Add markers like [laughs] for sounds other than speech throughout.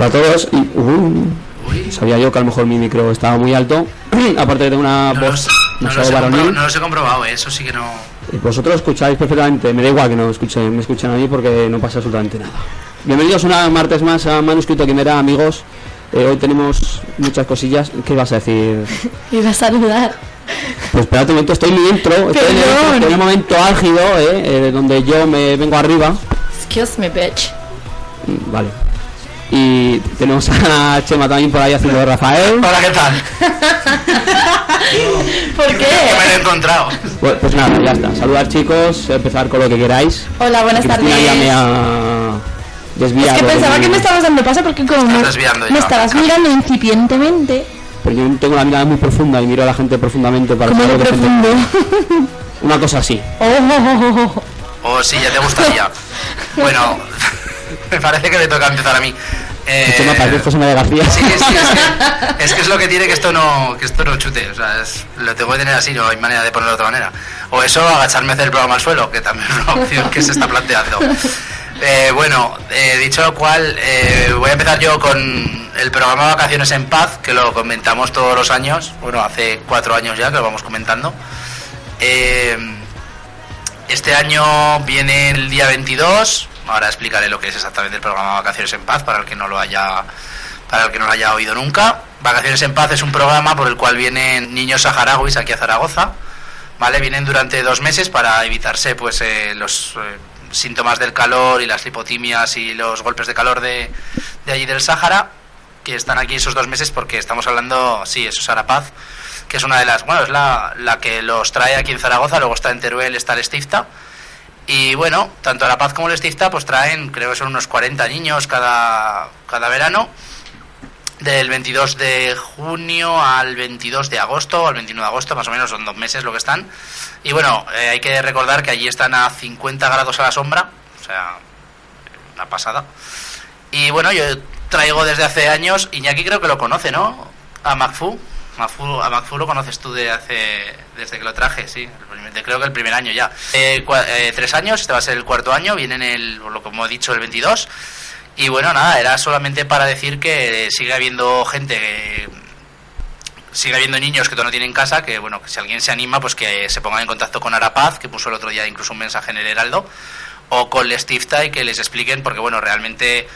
a todos. Y, uh, sabía yo que a lo mejor mi micro estaba muy alto. [clears throat] Aparte de una No voz los, no demasiado los he varonil. compro- no los he comprobado, eh, eso sí que no. Y Vosotros escucháis perfectamente, me da igual que no escuchen, me escuchan a mí porque no pasa absolutamente nada. Bienvenidos una martes más a Manuscrito Quimera, amigos. Eh, hoy tenemos muchas cosillas. ¿Qué vas a decir? Iba a saludar. Pues espérate un momento, estoy en mi intro, estoy en el- en Perdón. el, momento álgido, eh, eh, donde yo me vengo arriba. Excuse me, bitch. Mm, Vale. Y tenemos a Chema también por ahí haciendo de Rafael. Hola, ¿qué tal? ¿Por [laughs] Que me qué? lo he encontrado. Pues, pues nada, ya está. Saludar chicos, empezar con lo que queráis. Hola, buenas Cristina tardes. ya me ha desviado. Es que de pensaba mi- que me estabas dando paso porque como Estás me, desviando ya. me estabas mirando incipientemente, Pero yo tengo la mirada muy profunda y miro a la gente profundamente para como de saber lo que profundo. [laughs] gente- Una cosa así. Oh, oh, oh, oh, O si ya te [laughs] gustaría. Bueno, [laughs] me parece que me toca empezar a mí. Eh, Esto me parece José María García. Sí, sí, sí, es, que, es que es lo que tiene que esto no que esto no chute. O sea, es- lo tengo que tener así, no hay manera de ponerlo de otra manera. O eso, agacharme a hacer el programa al suelo, que también es una opción que se está planteando. Eh, bueno, eh, dicho lo cual, eh, voy a empezar yo con el programa Vacaciones en Paz, que lo comentamos todos los años. Bueno, hace cuatro años ya que lo vamos comentando. Eh, este año viene el día 22. Ahora explicaré lo que es exactamente el programa Vacaciones en Paz para el que no lo haya para el que no lo haya oído nunca. Vacaciones en Paz es un programa por el cual vienen niños saharauis aquí a Zaragoza. ¿Vale? Vienen durante dos meses para evitarse pues eh, los eh, síntomas del calor y las lipotimias y los golpes de calor de, de allí del Sáhara. Que están aquí esos dos meses porque estamos hablando, sí, eso es Arapaz, que es una de las, bueno, es la, la que los trae aquí en Zaragoza, luego está en Teruel, está el Estifta. Y bueno, tanto La Paz como el Estifta pues traen, creo que son unos 40 niños cada, cada verano, del 22 de junio al 22 de agosto, al 21 de agosto más o menos, son dos meses lo que están. Y bueno, eh, hay que recordar que allí están a 50 grados a la sombra, o sea, una pasada. Y bueno, yo traigo desde hace años, Iñaki creo que lo conoce, ¿no? A Macfu. Macfu- a Macfu lo conoces tú de hace, desde que lo traje, sí. el primer- de- creo que el primer año ya. Eh, cua- eh, tres años, este va a ser el cuarto año, viene en el, por lo como he dicho, el 22. Y bueno, nada, era solamente para decir que sigue habiendo gente que sigue habiendo niños que todavía no tienen casa, que bueno, que si alguien se anima, pues que se pongan en contacto con Arapaz, que puso el otro día incluso un mensaje en el Heraldo, o con Lestifta y que les expliquen, porque bueno, realmente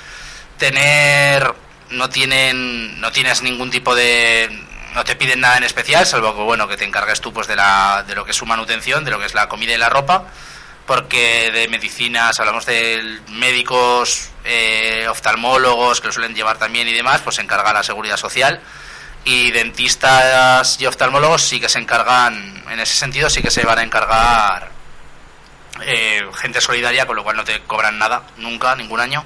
tener no tienen no tienes ningún tipo de no te piden nada en especial salvo que bueno que te encargues tú pues de la de lo que es su manutención de lo que es la comida y la ropa porque de medicinas hablamos de médicos eh, oftalmólogos que lo suelen llevar también y demás pues se encarga la seguridad social y dentistas y oftalmólogos sí que se encargan en ese sentido sí que se van a encargar eh, gente solidaria con lo cual no te cobran nada nunca ningún año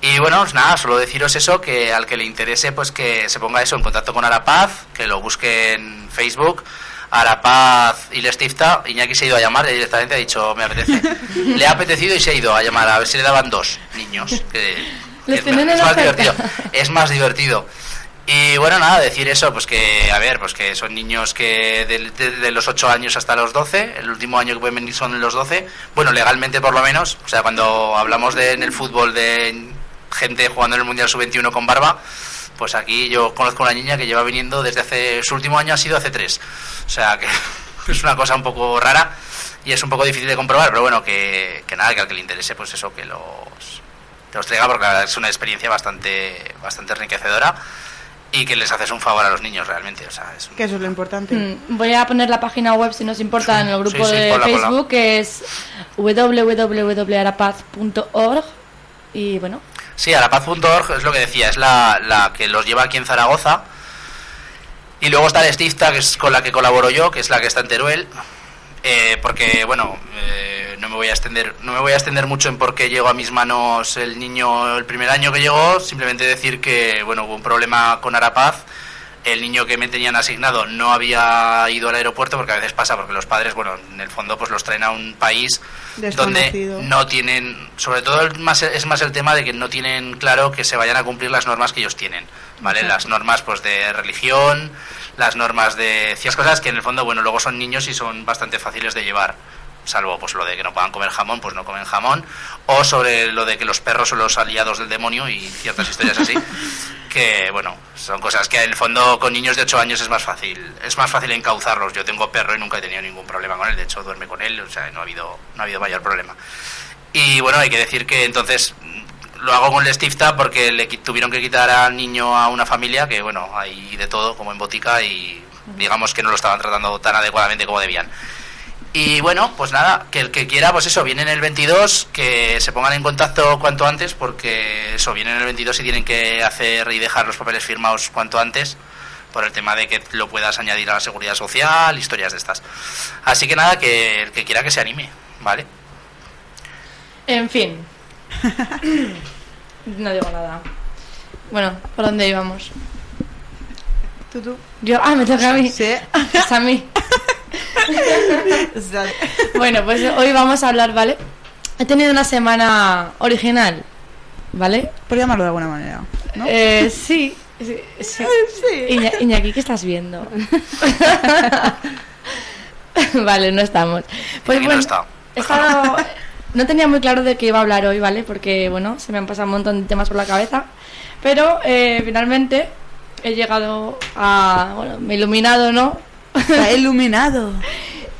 y bueno, pues nada, solo deciros eso, que al que le interese, pues que se ponga eso en contacto con Arapaz, que lo busque en Facebook, Arapaz y Lestifta, Iñaki se ha ido a llamar, ya directamente ha dicho, me [laughs] apetece. le ha apetecido y se ha ido a llamar, a ver si le daban dos niños. Que, Les que tienen es en más la oferta. divertido, es más divertido. Y bueno, nada, decir eso, pues que, a ver, pues que son niños que del- de, de los 8 años hasta los 12, el último año que pueden venir son los 12, bueno, legalmente por lo menos, o sea, cuando hablamos de, en el fútbol de gente jugando en el Mundial Sub-21 con barba, pues aquí yo conozco una niña que lleva viniendo desde hace, su último año ha sido hace 3, o sea, que [laughs] es una cosa un poco rara y es un poco difícil de comprobar, pero bueno, que, que nada, que al que le interese, pues eso, que los, que los traiga porque la verdad es una experiencia bastante, bastante enriquecedora y que les haces un favor a los niños realmente. O sea, es un- Que eso es lo importante. Mm, Voy a poner la página web si nos importa en el grupo Sí, sí, de ponla, ponla. Facebook, que es www.arapaz.org. Y bueno, Sí, arapaz.org es lo que decía, es la, la que los lleva aquí en Zaragoza. Y luego está el Stifta, que es con la que colaboro yo, que es la que está en Teruel. Eh, porque, bueno, eh, no, me voy a extender, no me voy a extender mucho en por qué llegó a mis manos el niño el primer año que llegó. Simplemente decir que, bueno, hubo un problema con Arapaz. El niño que me tenían asignado no había ido al aeropuerto, porque a veces pasa, porque los padres, bueno, en el fondo, pues los traen a un país donde Desconocido. no tienen, sobre todo el más, es más el tema de que no tienen claro que se vayan a cumplir las normas que ellos tienen, ¿vale? Las normas pues de religión, las normas de ciertas cosas que en el fondo, bueno, luego son niños y son bastante fáciles de llevar. salvo pues lo de que no puedan comer jamón, pues no comen jamón, o sobre lo de que los perros son los aliados del demonio y ciertas historias así, que bueno, son cosas que en el fondo con niños de 8 años es más fácil, es más fácil encauzarlos. Yo tengo perro y nunca he tenido ningún problema con él, de hecho duerme con él, o sea, no ha habido, no ha habido mayor problema. Y bueno, hay que decir que entonces mm, lo hago con el Steve Tab porque le qui- tuvieron que quitar al niño a una familia que, bueno, hay de todo, como en botica, y digamos que no lo estaban tratando tan adecuadamente como debían. Y bueno, pues nada, que el que quiera, pues eso, vienen el 22, que se pongan en contacto cuanto antes, porque eso, vienen el 22 y tienen que hacer y dejar los papeles firmados cuanto antes, por el tema de que lo puedas añadir a la seguridad social, historias de estas. Así que nada, que el que quiera que se anime, ¿vale? En fin. No digo nada. Bueno, ¿por dónde íbamos? Tú, tú. Yo, ah, me toca a mí. Sí. [laughs] [laughs] Es a mí. O sea, Bueno, pues hoy vamos a hablar, ¿vale? He tenido una semana original, ¿vale? por llamarlo de alguna manera. ¿no? Eh, [laughs] sí, sí, sí. Iña- Iñaki, ¿qué estás viendo? [laughs] vale, no estamos. Pues Iñaki no bueno, está. he estado- [laughs] no tenía muy claro de qué iba a hablar hoy, ¿vale? Porque, bueno, se me han pasado un montón de temas por la cabeza. Pero eh, finalmente he llegado a. Bueno, me he iluminado, ¿no? [laughs] Está iluminado.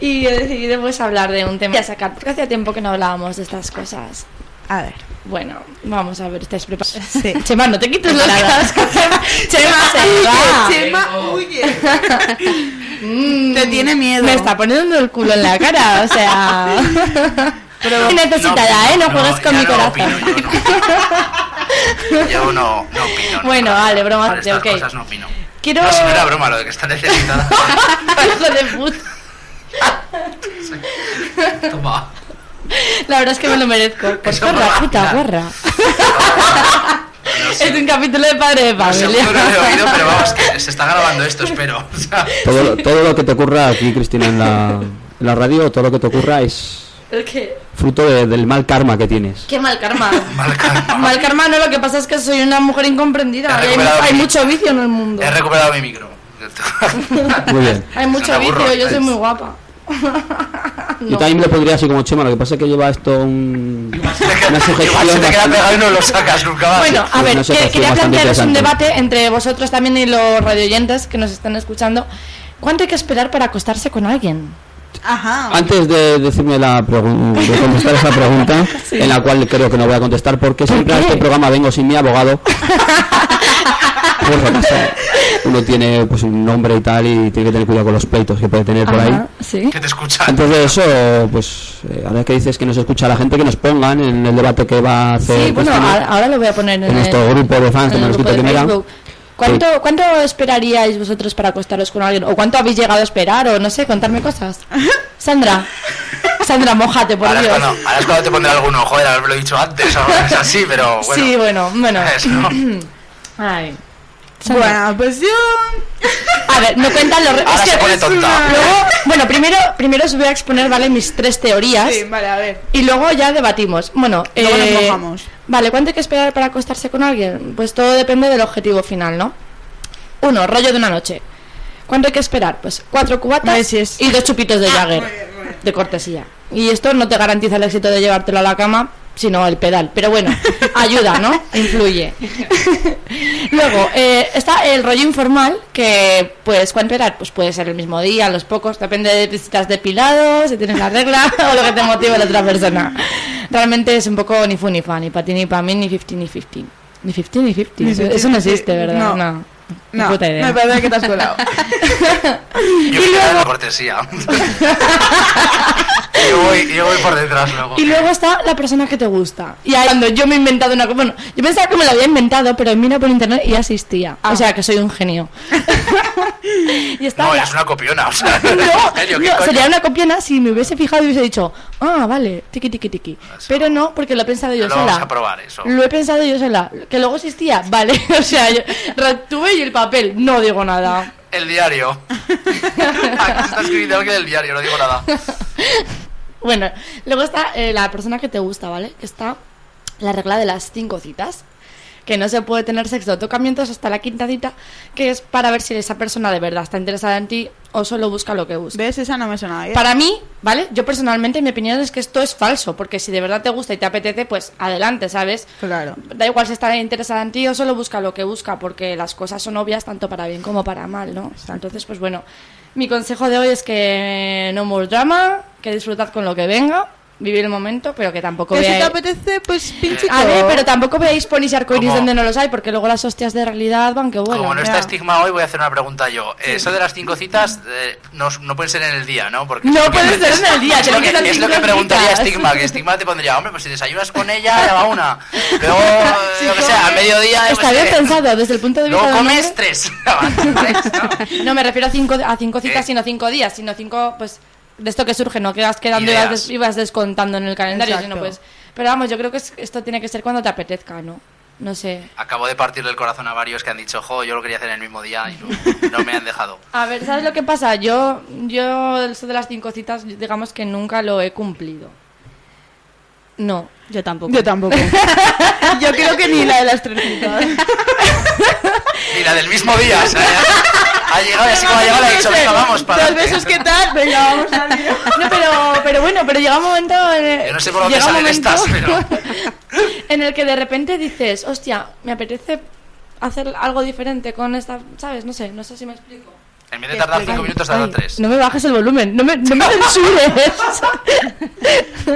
Y he decidido pues hablar de un tema que voy a sacar, porque hacía tiempo que no hablábamos de estas cosas. A ver. Bueno, vamos a ver, ¿estáis preparados? Sí. [laughs] Chema, no te quites los [laughs] cascos. Chema, [laughs] Chema se va. Ah, oh. Chema huye. Te tiene miedo. Me está poniendo el culo en la cara, o sea... [laughs] Pero necesitada, opino, ¿eh? No juegues ya con mi no corazón. opino, yo, [laughs] no. Yo no, no opino. Bueno, nunca. vale, broma, Para estas ok. cosas no opino. Quiero... No, si no era [laughs] broma lo de que está necesitada. Hijo de puta. Toma. La verdad es que me lo merezco. [laughs] Pues Eso me va gorra, a puta, tirar. gorra. No sé. Es un capítulo de padre de No sé, familia. seguro no lo he oído, pero [laughs] vamos, que se está grabando esto, espero. [laughs] O sea, [laughs] Todo, lo- todo lo que te ocurra aquí, Cristina, en la, en la radio, todo lo que te ocurra es ¿El qué? fruto de- del mal karma que tienes. Qué mal karma. [laughs] mal karma. Mal karma no, lo que pasa es que soy una mujer incomprendida. He Hay, recuperado hay mi- mucho vicio en el mundo. He recuperado mi micro. Muy bien. Hay me mucho aburro, ¿eh? vicio, yo soy ¿sabes? [laughs] [laughs] muy guapa. Yo también me lo pondría así como Chema, lo que pasa es que lleva esto un... una Igual se sujeción te queda bastante- pegado y no lo sacas nunca más. Bueno, a Pues ver, no sé, que- pues, quería bastante plantearos un interesante. debate entre vosotros también y los radioyentes que nos están escuchando. ¿Cuánto hay que esperar para acostarse con alguien? Ajá. Antes de decirme la pregun- de contestar esa [laughs] pregunta, en la cual creo que no voy a contestar porque siempre a qué? este programa vengo sin mi [laughs] abogado. Por lo que sea, uno tiene pues un nombre y tal y tiene que tener cuidado con los pleitos que puede tener por ahí. Ajá, sí. ¿eh? Que te escuchan. Antes de eso, pues eh, ahora que dices que nos escucha la gente, que nos pongan en el debate que va a hacer Sí, bueno, Cristina ahora ahora lo voy a poner en, Pues, en nuestro el, grupo de fans de en el Manuscrito grupo de Quimera. Facebook. ¿Cuánto, ¿Cuánto esperaríais vosotros para acostaros con alguien? ¿O cuánto habéis llegado a esperar? O no sé, [laughs] contarme cosas. Sandra, Sandra, mojate, por Ahora es, Dios. cuando, ahora es cuando te pondré alguno. Joder, haberlo dicho antes o algo así, [laughs] pero bueno. Sí, bueno, bueno. Eso. [clears throat] Ay. Sandra. Bueno, pues yo. A ver, no cuentan los... re- Ahora es se que- pone tonta. Luego, bueno, primero, primero os voy a exponer, ¿vale? Mis tres teorías. Sí, vale, a ver. Y luego ya debatimos. Bueno, eh, Luego nos mojamos. Vale, ¿cuánto hay que esperar para acostarse con alguien? Pues todo depende del objetivo final, ¿no? Uno, rollo de una noche. ¿Cuánto hay que esperar? Pues cuatro cubatas Meses. y dos chupitos de Jagger. Ah, muy bien, muy bien. De cortesía. Y esto no te garantiza el éxito de llevártelo a la cama, sino el pedal. Pero bueno, ayuda, [laughs] ¿no? Influye. Luego, eh, está el rollo informal, que pues cuánto esperar, pues puede ser el mismo día, a los pocos, depende de si estás depilado, si tienes la regla [laughs] o lo que te motive la otra persona. Realmente es un poco ni fu ni fa, ni para ti ni para mí, ni 50 ni 50. Ni 50 ni 50. Ni Eso, 50, eso no existe, sí. ¿verdad? No. No. Ni No, puta idea. me parece que te has [laughs] colado. Yo voy a la cortesía. [laughs] yo, voy, yo voy por detrás luego. Y luego está la persona que te gusta. Y ahí cuando yo me he inventado una cosa. Bueno, yo pensaba que me la había inventado, pero mira por internet y asistía. Ah. O sea que soy un genio. [laughs] y está No, la- eres una copiona. O sea, [laughs] [laughs] No, en serio, ¿qué no, coño? sería una copiana si me hubiese fijado y hubiese dicho, ah, vale, tiki tiki tiki. Eso. Pero no, porque lo he pensado yo No Ah, lo sola. vamos a probar eso. Lo he pensado yo sola. Que luego existía, [laughs] vale. O sea, yo retuve y el papel, no digo nada. El [laughs] diario. Aquí está escribiendo alguien del diario, no digo nada. Bueno, luego está eh, la persona que te gusta, ¿vale? Que está la regla de las cinco citas. Que no se puede tener sexo o tocamientos hasta la quinta cita, que es para ver si esa persona de verdad está interesada en ti o solo busca lo que busca. ¿Ves? Esa no me sonaba. ¿eh? Para mí, ¿vale? Yo personalmente mi opinión es que esto es falso, porque si de verdad te gusta y te apetece, pues adelante, ¿sabes? Claro. Da igual si está interesada en ti o solo busca lo que busca, porque las cosas son obvias tanto para bien como para mal, ¿no? Entonces, pues bueno, mi consejo de hoy es que no more drama, que disfrutad con lo que venga, vivir el momento, pero que tampoco Que si te veáis... apetece, pues pinche A ver, pero tampoco veáis ponis y arcoiris Como- donde no los hay, porque luego las hostias de realidad van que vuelan. Como no está ya. estigma hoy, voy a hacer una pregunta yo. Eh, Eso de las cinco citas eh, no, no puede ser en el día, ¿no? Porque No puede ser en el día, es lo tiene que que, ser es lo que cinco preguntaría citas. estigma, que estigma te pondría, hombre, pues si desayunas con ella, ya va [laughs] una. Luego, eh, Si lo que sea, a comes- mediodía... yo Está qué bien sé. pensado desde el punto de vista Luego del hombre. comes tres. [laughs] Van tres, ¿no? [laughs] No me refiero a cinco, a cinco citas, Eh. sino cinco días, sino cinco, pues, de esto que surge, no que vas quedando y vas, Ideas. des- y vas descontando en el calendario, Exacto. sino pues. Pero vamos, yo creo que es- esto tiene que ser cuando te apetezca, ¿no? No sé. Acabo de partirle el corazón a varios que han dicho, jo, yo lo quería hacer en el mismo día y no, no me han dejado. A ver, ¿sabes lo que pasa? Yo, yo, eso de las cinco citas, digamos que nunca lo he cumplido. No. Yo tampoco. Yo tampoco. [laughs] Yo creo que ni la de las tres citas. Mira, del mismo día, o sea, ya- ha llegado y así como ha llegado le ha dicho, venga, vamos, para Dos besos, ¿qué tal? Venga, vamos a lío. No, pero, pero bueno, pero llega un momento. en- Yo no sé por dónde llega un salen estas, [laughs] en el que de repente dices, hostia, me apetece hacer algo diferente con esta, ¿sabes? No sé, no sé si me explico. En vez de tardar cinco minutos, tarda Ay, tres. No me bajes el volumen, no me, no me censures.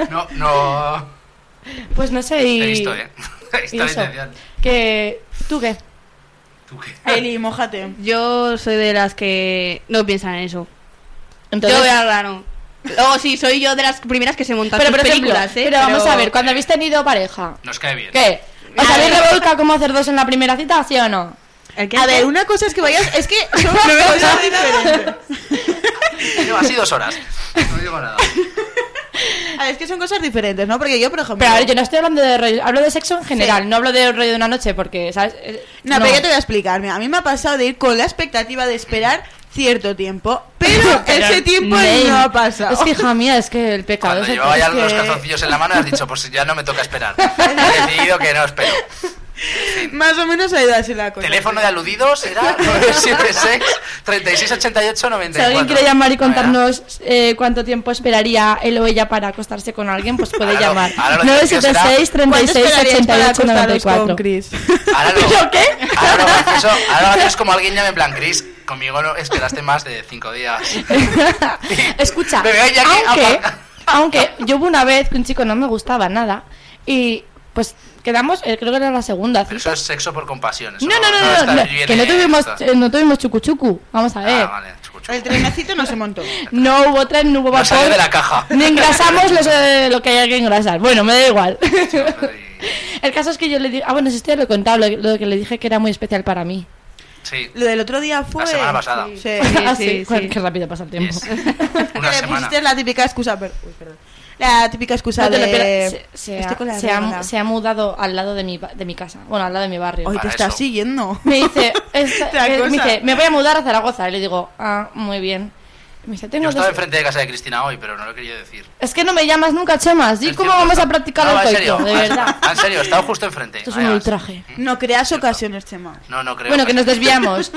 [laughs] No, no... pues no sé, y. He visto, ¿eh? [laughs] He visto y la eso, intención. que. ¿Tú qué? ¿Tú qué? Eli, mojate. Yo soy de las que no piensan en eso. Entonces- yo veo raro. Luego sí, soy yo de las primeras que se montan pero, por sus ejemplo, películas, ¿eh? pero vamos a ver, cuando habéis tenido pareja, Nos cae bien. ¿qué? ¿Os A habéis ver. revolcado cómo hacer dos en la primera cita, sí o no? ¿El qué? A ver, una cosa es que vayas. [laughs] Es que son cosas diferentes. No, así dos horas. No digo nada. A ver, es que son cosas diferentes, ¿no? Porque yo, por ejemplo. Pero a ver, yo no estoy hablando de rollo, hablo de sexo en general, no hablo de rollo de una noche porque, ¿sabes? Eh, No, pero yo te voy a explicar. Mira, A mí me ha pasado de ir con la expectativa de esperar cierto tiempo, pero, [laughs] Pero, ese tiempo Neil, no ha pasado. Es que hija mía, es que el pecado Cuando es el llevaba ya que- los calzoncillos en la mano, has dicho, pues ya no me toca [laughs] esperar. He decidido que no espero. Pues Más o menos ha ido así la cosa. Teléfono de aludidos [laughs] era 976 3688 Si 94. alguien quiere llamar y contarnos eh, cuánto tiempo esperaría él o ella para acostarse con alguien, pues puede Ahora lo- llamar. ahora lo gracioso será- 976 ¿Cuánto 36 esperaríais 88 para acostaros con 94. Chris? Ahora lo, [laughs] ¿Yo qué? Ahora lo gracioso, ahora lo gracioso es como alguien llame en plan, Chris, conmigo no esperaste más de cinco días. [laughs] [laughs] Escucha, Me veo ya aquí, aunque, aparca. aunque yo hubo una vez que un chico no me gustaba nada y pues quedamos, eh, creo que era la segunda Pero cita. eso es sexo por compasión. eso No, no, no, está no, no, bien que no en tuvimos, esto. eh, no tuvimos chucuchucu, vamos a ver. Ah, vale, chucu, chucu. El trenecito no se montó. No hubo tren, no hubo No vapor. salió de la [laughs] caja. Ni engrasamos los, [laughs] eh, lo que haya que engrasar. Bueno, me da igual. El caso es que yo le dije, ah, bueno, si usted lo he contado, lo, lo que le dije que era muy especial para mí. Sí, Lo del otro día fue. la semana pasada. Sí. [laughs] Ah, sí, sí. joder, Qué rápido pasa el tiempo. Yes. Que Una le semana. pusiste la típica excusa. per- uy, perdón. La típica excusa No te de. lo pierdas. se, se Estoy con ha, la se ha- regla. se ha mudado al lado de mi, ba- de mi casa. Bueno, al lado de mi barrio. Hoy te Para estás eso. siguiendo. Me [laughs] dice, es- Otra eh, me cosa. dice, me voy a mudar a Zaragoza. Y le digo, ah, muy bien. Me dice, Yo tengo estaba dos- enfrente de casa de Cristina hoy, pero no lo he querido decir. Es que no me llamas nunca, Chemas. ¿Y Es cómo cierto, vamos a no. practicar No, va, el en serio. coito? De verdad. Ah, [laughs] En serio, estaba justo enfrente. Esto es Ahí un vas. ultraje. No creas ocasiones, Chema. No, no creo. Bueno, que nos desvíe desviamos.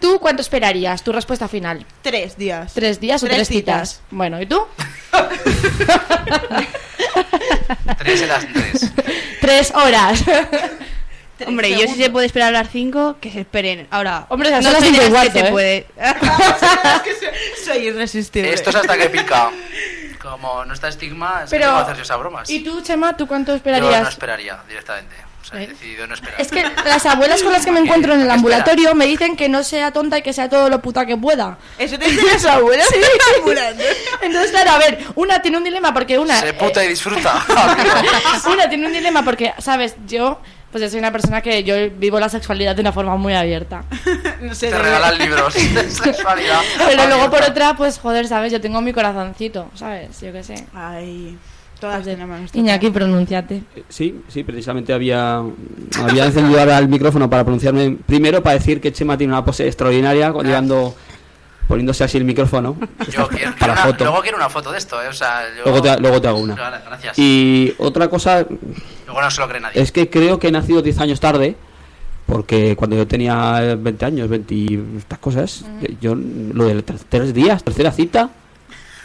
¿Tú cuánto esperarías? Tu respuesta final. Tres días. ¿Tres días o tres, Tres citas? citas. Bueno, ¿y tú? Tres eras tres. tres horas. Hombre, yo [laughs] si se puede esperar a las 5, que se esperen. Ahora, Hombre, no son las soy cinco de y las que cuarto, se ¿eh? puede. Ah, Soy irresistible. Esto es hasta [laughs] que pica. Como no está estigma, es que no Pero... puedo hacer yo esas bromas. ¿Y tú, Chema, tú cuánto Yo esperarías? no esperaría directamente. O sea, he ¿Eh? decidido no esperar. Es que las abuelas con las que me encuentro en [laughs] el Espera. ambulatorio me dicen que no sea tonta y que sea todo lo puta que pueda. Eso te dicen las abuelas. Sí. Ambulante. Entonces, claro, a ver, una tiene un dilema porque una... eh, Se puta y disfruta. [laughs] una tiene un dilema porque, ¿sabes? Yo, pues yo soy una persona que yo vivo la sexualidad de una forma muy abierta. No sé. Te de- regalan [laughs] libros de sexualidad. Pero luego por Abierta. otra, pues joder, ¿sabes? Yo tengo mi corazoncito, ¿sabes? Yo qué sé. Ay. Todas tenemos nuestro Pues Iñaki, pronunciate. Eh, Sí, sí, precisamente había, había encendido ahora el micrófono para pronunciarme primero para decir que Chema tiene una pose extraordinaria con- llevando, poniéndose así el micrófono Yo quiero, para una- foto. Luego quiero una foto de esto, ¿eh? O sea, yo- Luego te- luego te hago una. Vale, gracias. Y otra cosa Luego no se lo cree nadie. es que creo que he nacido 10 años tarde Porque cuando yo tenía eh, 20 años, 20 y estas cosas, eh, yo lo de ter- tres días, tercera cita,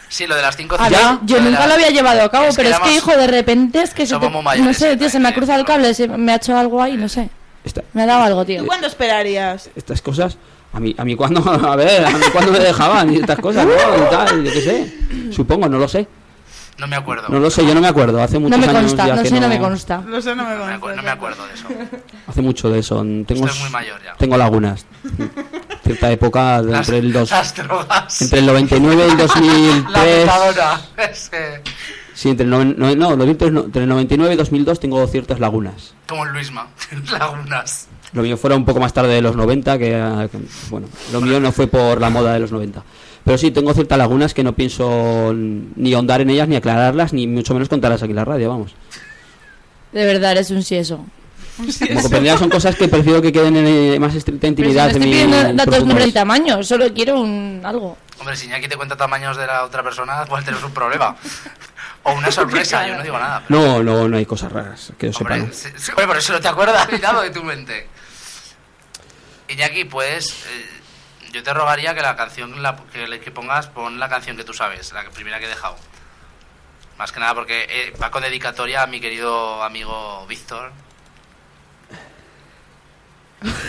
Sí, lo de las cinco A citas, ver, yo de nunca la- lo había llevado a cabo, es que pero es éramos- que, hijo, de repente es que se somos te- muy mayores, No sé, tío, entonces, se me ha cruzado el claro. cable, se me ha hecho algo ahí, no sé. esta- Me ha dado algo, tío. Eh, ¿Tú cuándo esperarías? estas cosas, a mí, a mí cuando, [laughs] a ver, a mí cuando me dejaban y estas cosas, ¿no? Y tal, yo qué sé. Supongo, no lo sé. No me acuerdo. No lo sé, yo no me acuerdo. Hace No muchos me años consta, ya no que sé, no me consta. Lo sé, no me No me, acu- consta. no me acuerdo de eso. Hace mucho de eso. Tengo, Estoy muy mayor ya. tengo [laughs] lagunas. Cierta época de Las, entre el dos, las drogas. entre el 99 y [laughs] el 2003. La [laughs] metadona. Es que... Sí, entre el, noven- no, no, 2003 no, entre el 99 y 2002 tengo ciertas lagunas. Como el Luisma. [laughs] Lagunas. Lo mío fuera un poco más tarde de los 90, que, eh, que, bueno, lo mío no fue por la moda de los 90. Pero sí, tengo ciertas lagunas que no pienso ni ahondar en ellas, ni aclararlas, ni mucho menos contarlas aquí en la radio, vamos. De verdad, eres un sieso. Como comprenderás, son cosas que prefiero que queden en eh, más estricta Pero si intimidad. no estoy de mi pidiendo datos, profundo nombre y mes. tamaño, solo quiero un algo. Hombre, si Iñaki te cuenta tamaños de la otra persona, igual tenemos un [laughs] problema. O una sorpresa, yo no digo nada. pero- No, no, no hay cosas raras, que yo sepa. Hombre, ¿no? sí- sí, hombre, por eso no te acuerdas [laughs] cuidado de tu mente. Iñaki, pues eh, yo te rogaría que la canción la- que, le- que pongas, pon la canción que tú sabes, la que- primera que he dejado. Más que nada porque eh, va con dedicatoria a mi querido amigo Víctor.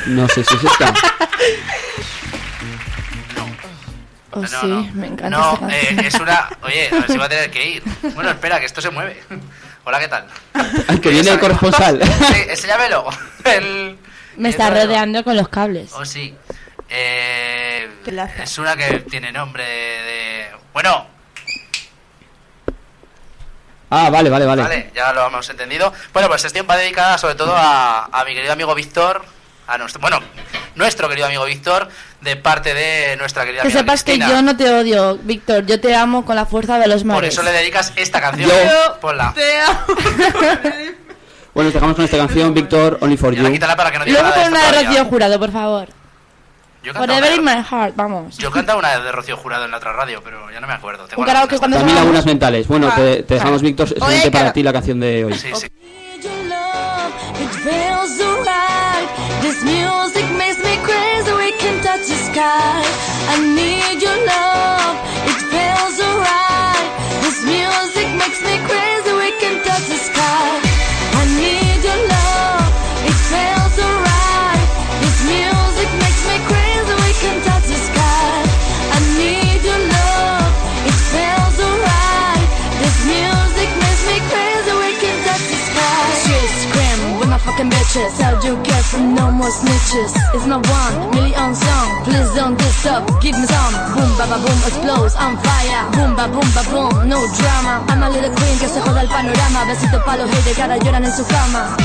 No sé si es esta. Oh, Ah, No, sí, no. me encanta. No, esta eh, [laughs] canción. es una. Oye, a ver si va a tener que [laughs] ir. Bueno, espera, que esto se mueve. Hola, ¿qué tal? Al que viene el [laughs] corresponsal. [laughs] Sí, ese llámelo. [laughs] El- Me está llámelo. rodeando con los cables. Oh, sí. Eh, Plaza. es una que tiene nombre de. de- Bueno, Ah, vale, vale, vale. vale. ya lo hemos entendido. Bueno, pues esta va dedicada sobre todo a, a mi querido amigo Víctor. A nuestro, bueno, nuestro querido amigo Víctor, de parte de nuestra querida Que amiga sepas que Cristina. yo no te odio, Víctor. Yo te amo con la fuerza de los Por mares. eso le dedicas esta canción. Yo- Ponla. Te amo. Bueno, dejamos con esta canción, Víctor, Only for Y ahora You. quítala para que no diga Luego nada con de una esto de todavía. Rocío Jurado, por favor. Yo he cantado Forever in una de- my heart, vamos. Yo he cantado una de Rocío Jurado en la otra radio, pero ya no me acuerdo. Tengo Un karaoke algunas. cuando También salgamos. lagunas mentales. Bueno, te, te dejamos, Víctor, solamente para claro. ti la canción de hoy. Sí, sí. Need your love, it feels so right. This music makes me crazy, we can touch the sky. I need your love, it feels so right. This music makes me crazy, we can touch the sky. I need your love, it feels so right. This music makes me crazy, we can touch the sky. I need your love, it feels so right. This music makes me crazy, we can touch the sky. She's screaming with my fucking bitches. Tell your girlfriend no more snitches. It's not one million song. Please don't disturb, give me some. Boom, ba ba boom, explodes on fire. Boom, ba boom, ba boom, no drama. I'm a little queen que se joda el panorama. Besito pa' los haters que ahora lloran en su cama.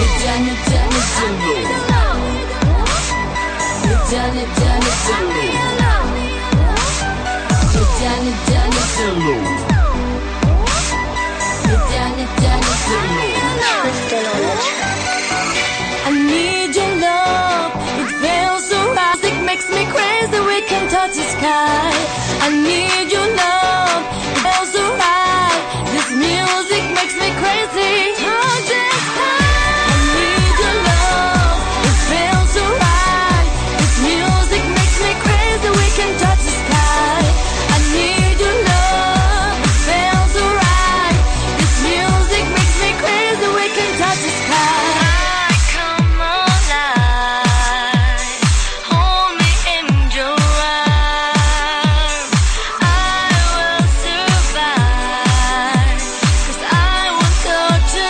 I need your love. It feels so right. It makes me crazy. We can touch the sky. I need your love. It feels so right. This music makes me crazy. Touch the sky. I need your love. It feels so right. This music makes me crazy. We can touch the sky. I need your love. It feels so right. This music makes me crazy. We can touch the sky. I come alive. Hold me in your arms. I will survive. 'Cause I will go to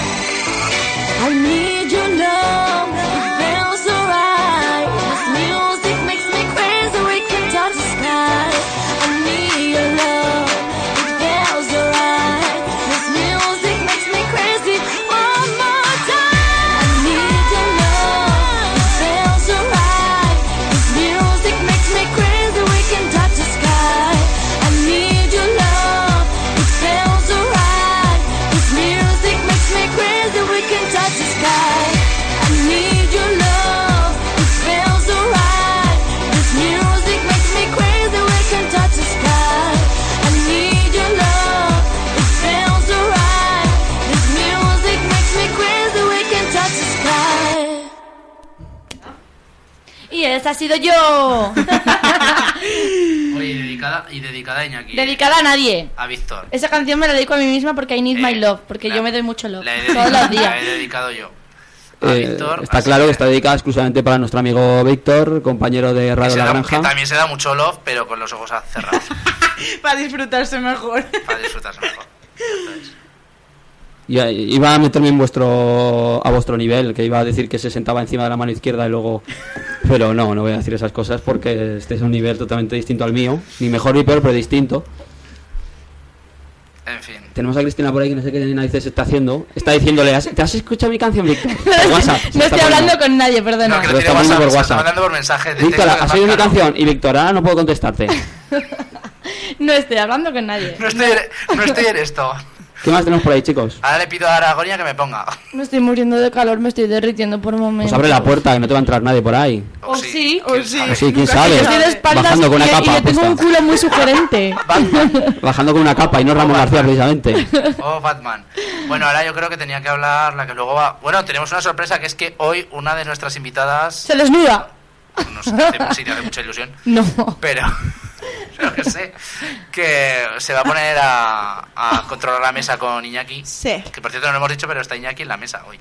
I need your love. It feels so right. This music makes me crazy. We can touch the sky. I need your love. It feels so right. This music makes me crazy. One more time. I need your love. It feels so right. This music makes me crazy. We can touch the sky. I need your love. It feels so right. This music makes me crazy. We can touch the sky. Y esa ha sido [laughs] yo. Oye, y dedicada, y dedicada a Iñaki. eh, Dedicada a nadie. A Víctor. Esa canción me la dedico a mí misma porque I need Eh, my love, porque la- yo me doy mucho love. La he Todos dedicado, los la he días. dedicado yo. A Eh, Ah, Víctor. está así claro que está dedicada exclusivamente para nuestro amigo Víctor, compañero de que Radio se La da- que Granja. también se da mucho love, pero con los ojos [laughs] cerrados. Para disfrutarse mejor. para disfrutarse mejor. Entonces, Y- Iba a meterme en vuestro, a vuestro nivel, que iba a decir que se sentaba encima de la mano izquierda y luego... Pero no, no voy a decir esas cosas porque este es un nivel totalmente distinto al mío. Ni mejor ni peor, pero distinto. en fin. Tenemos a Cristina por ahí que no sé qué narices está haciendo. Está diciéndole, "¿Has- ¿te has escuchado mi canción, [laughs] Víctor? Por WhatsApp. Se [laughs] No está estoy hablando poniendo. con nadie, perdona. No, que Lo lo tiene está mandando WhatsApp, por se lo WhatsApp. está mandando por mensaje. de Víctor, texto, ¿has oído mi claro. canción? Y Víctor, ahora no puedo contestarte. No estoy hablando con nadie. No estoy, en- no estoy en esto. ¿Qué más tenemos por ahí, chicos? Ahora le pido a Aragonia que me ponga. Me estoy muriendo de calor, me estoy derritiendo por momentos. Pues abre la puerta, que no te va a entrar nadie por [laughs] ahí. O O sí, o quién sí. sabe. O Ah, sí, quién Nunca sabe. se Estoy de sabe. espaldas Bajando con una y, capa y yo tengo puesta. un culo [laughs] muy sugerente. Batman. Bajando con una capa y no Ramón García, precisamente. [laughs] Oh, Batman. Bueno, ahora yo creo que tenía que hablar la que luego va. Bueno, tenemos una sorpresa que es que hoy una de nuestras invitadas Se desnuda. nos hace, sí, te hace mucha ilusión, No. Mm. pero [laughs] pero que sé que se va a poner a, a controlar la mesa con Iñaki. Sí. Que por cierto no lo hemos dicho, pero está Iñaki en la mesa hoy.